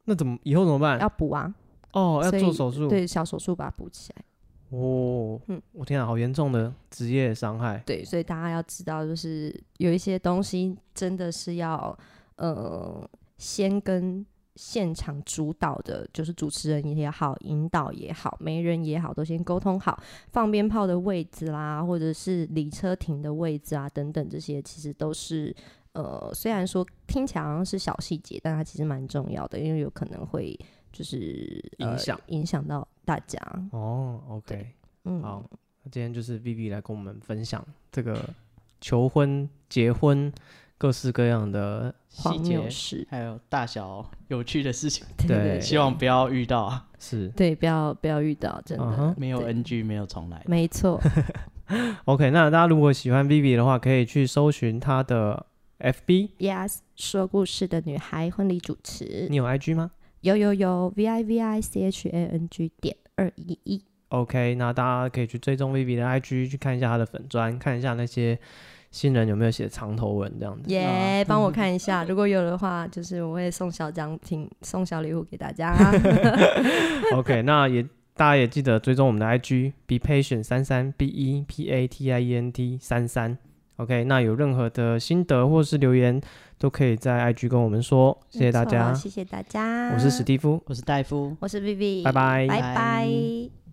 那怎么以后怎么办？
要补啊，
哦，要
所
做
以
手术，
对，小手术把它补起来，
哦，
嗯
我天啊，好严重的职业伤害，
对，所以大家要知道，就是有一些东西真的是要呃先跟现场主导的，就是主持人也好，引导也好，媒人也好，都先沟通好放鞭炮的位置啦，或者是离车停的位置啊，等等这些，其实都是。呃，虽然说听起来好像是小细节，但它其实蛮重要的，因为有可能会就是、呃
影响
影响到大家。
哦，OK，
对嗯，
好，那今天就是 Vivi 来跟我们分享这个求婚、结婚各式各样的，
细
黄
节
(laughs)
牛事，
还有大小有趣的事情，
对
对
希望不要遇到啊，
是
对，不要不要遇到，真的、
嗯哼
没有
对
NG，没有重来。
(laughs)
没错，
OK。那大家如果喜欢 Vivi 的话，可以去搜寻她的 FB，
Yes，说故事的女孩婚礼主持
你，有 IG 吗
有有有 V I V I C H A N G 点二一一，
？OK，那大家可以去追踪 Vivi 的 IG，去看一下她的粉砖，看一下那些新人有没有写长头文这样
(laughs)
子。
耶、帮我看一下， (laughs) 如果有的话，就是我会送小奖品、送小礼物给大家。
OK，那也大家也记得追踪我们的 IG be patient 三三 b e p a t i e n t 三三。OK，那有任何的心得或是留言，都可以在 IG 跟我们说。 (laughs) 谢谢大
没
家
错，谢谢大家。
我是史蒂夫，
我是戴夫，
我是 Vivi，
拜拜
拜
拜拜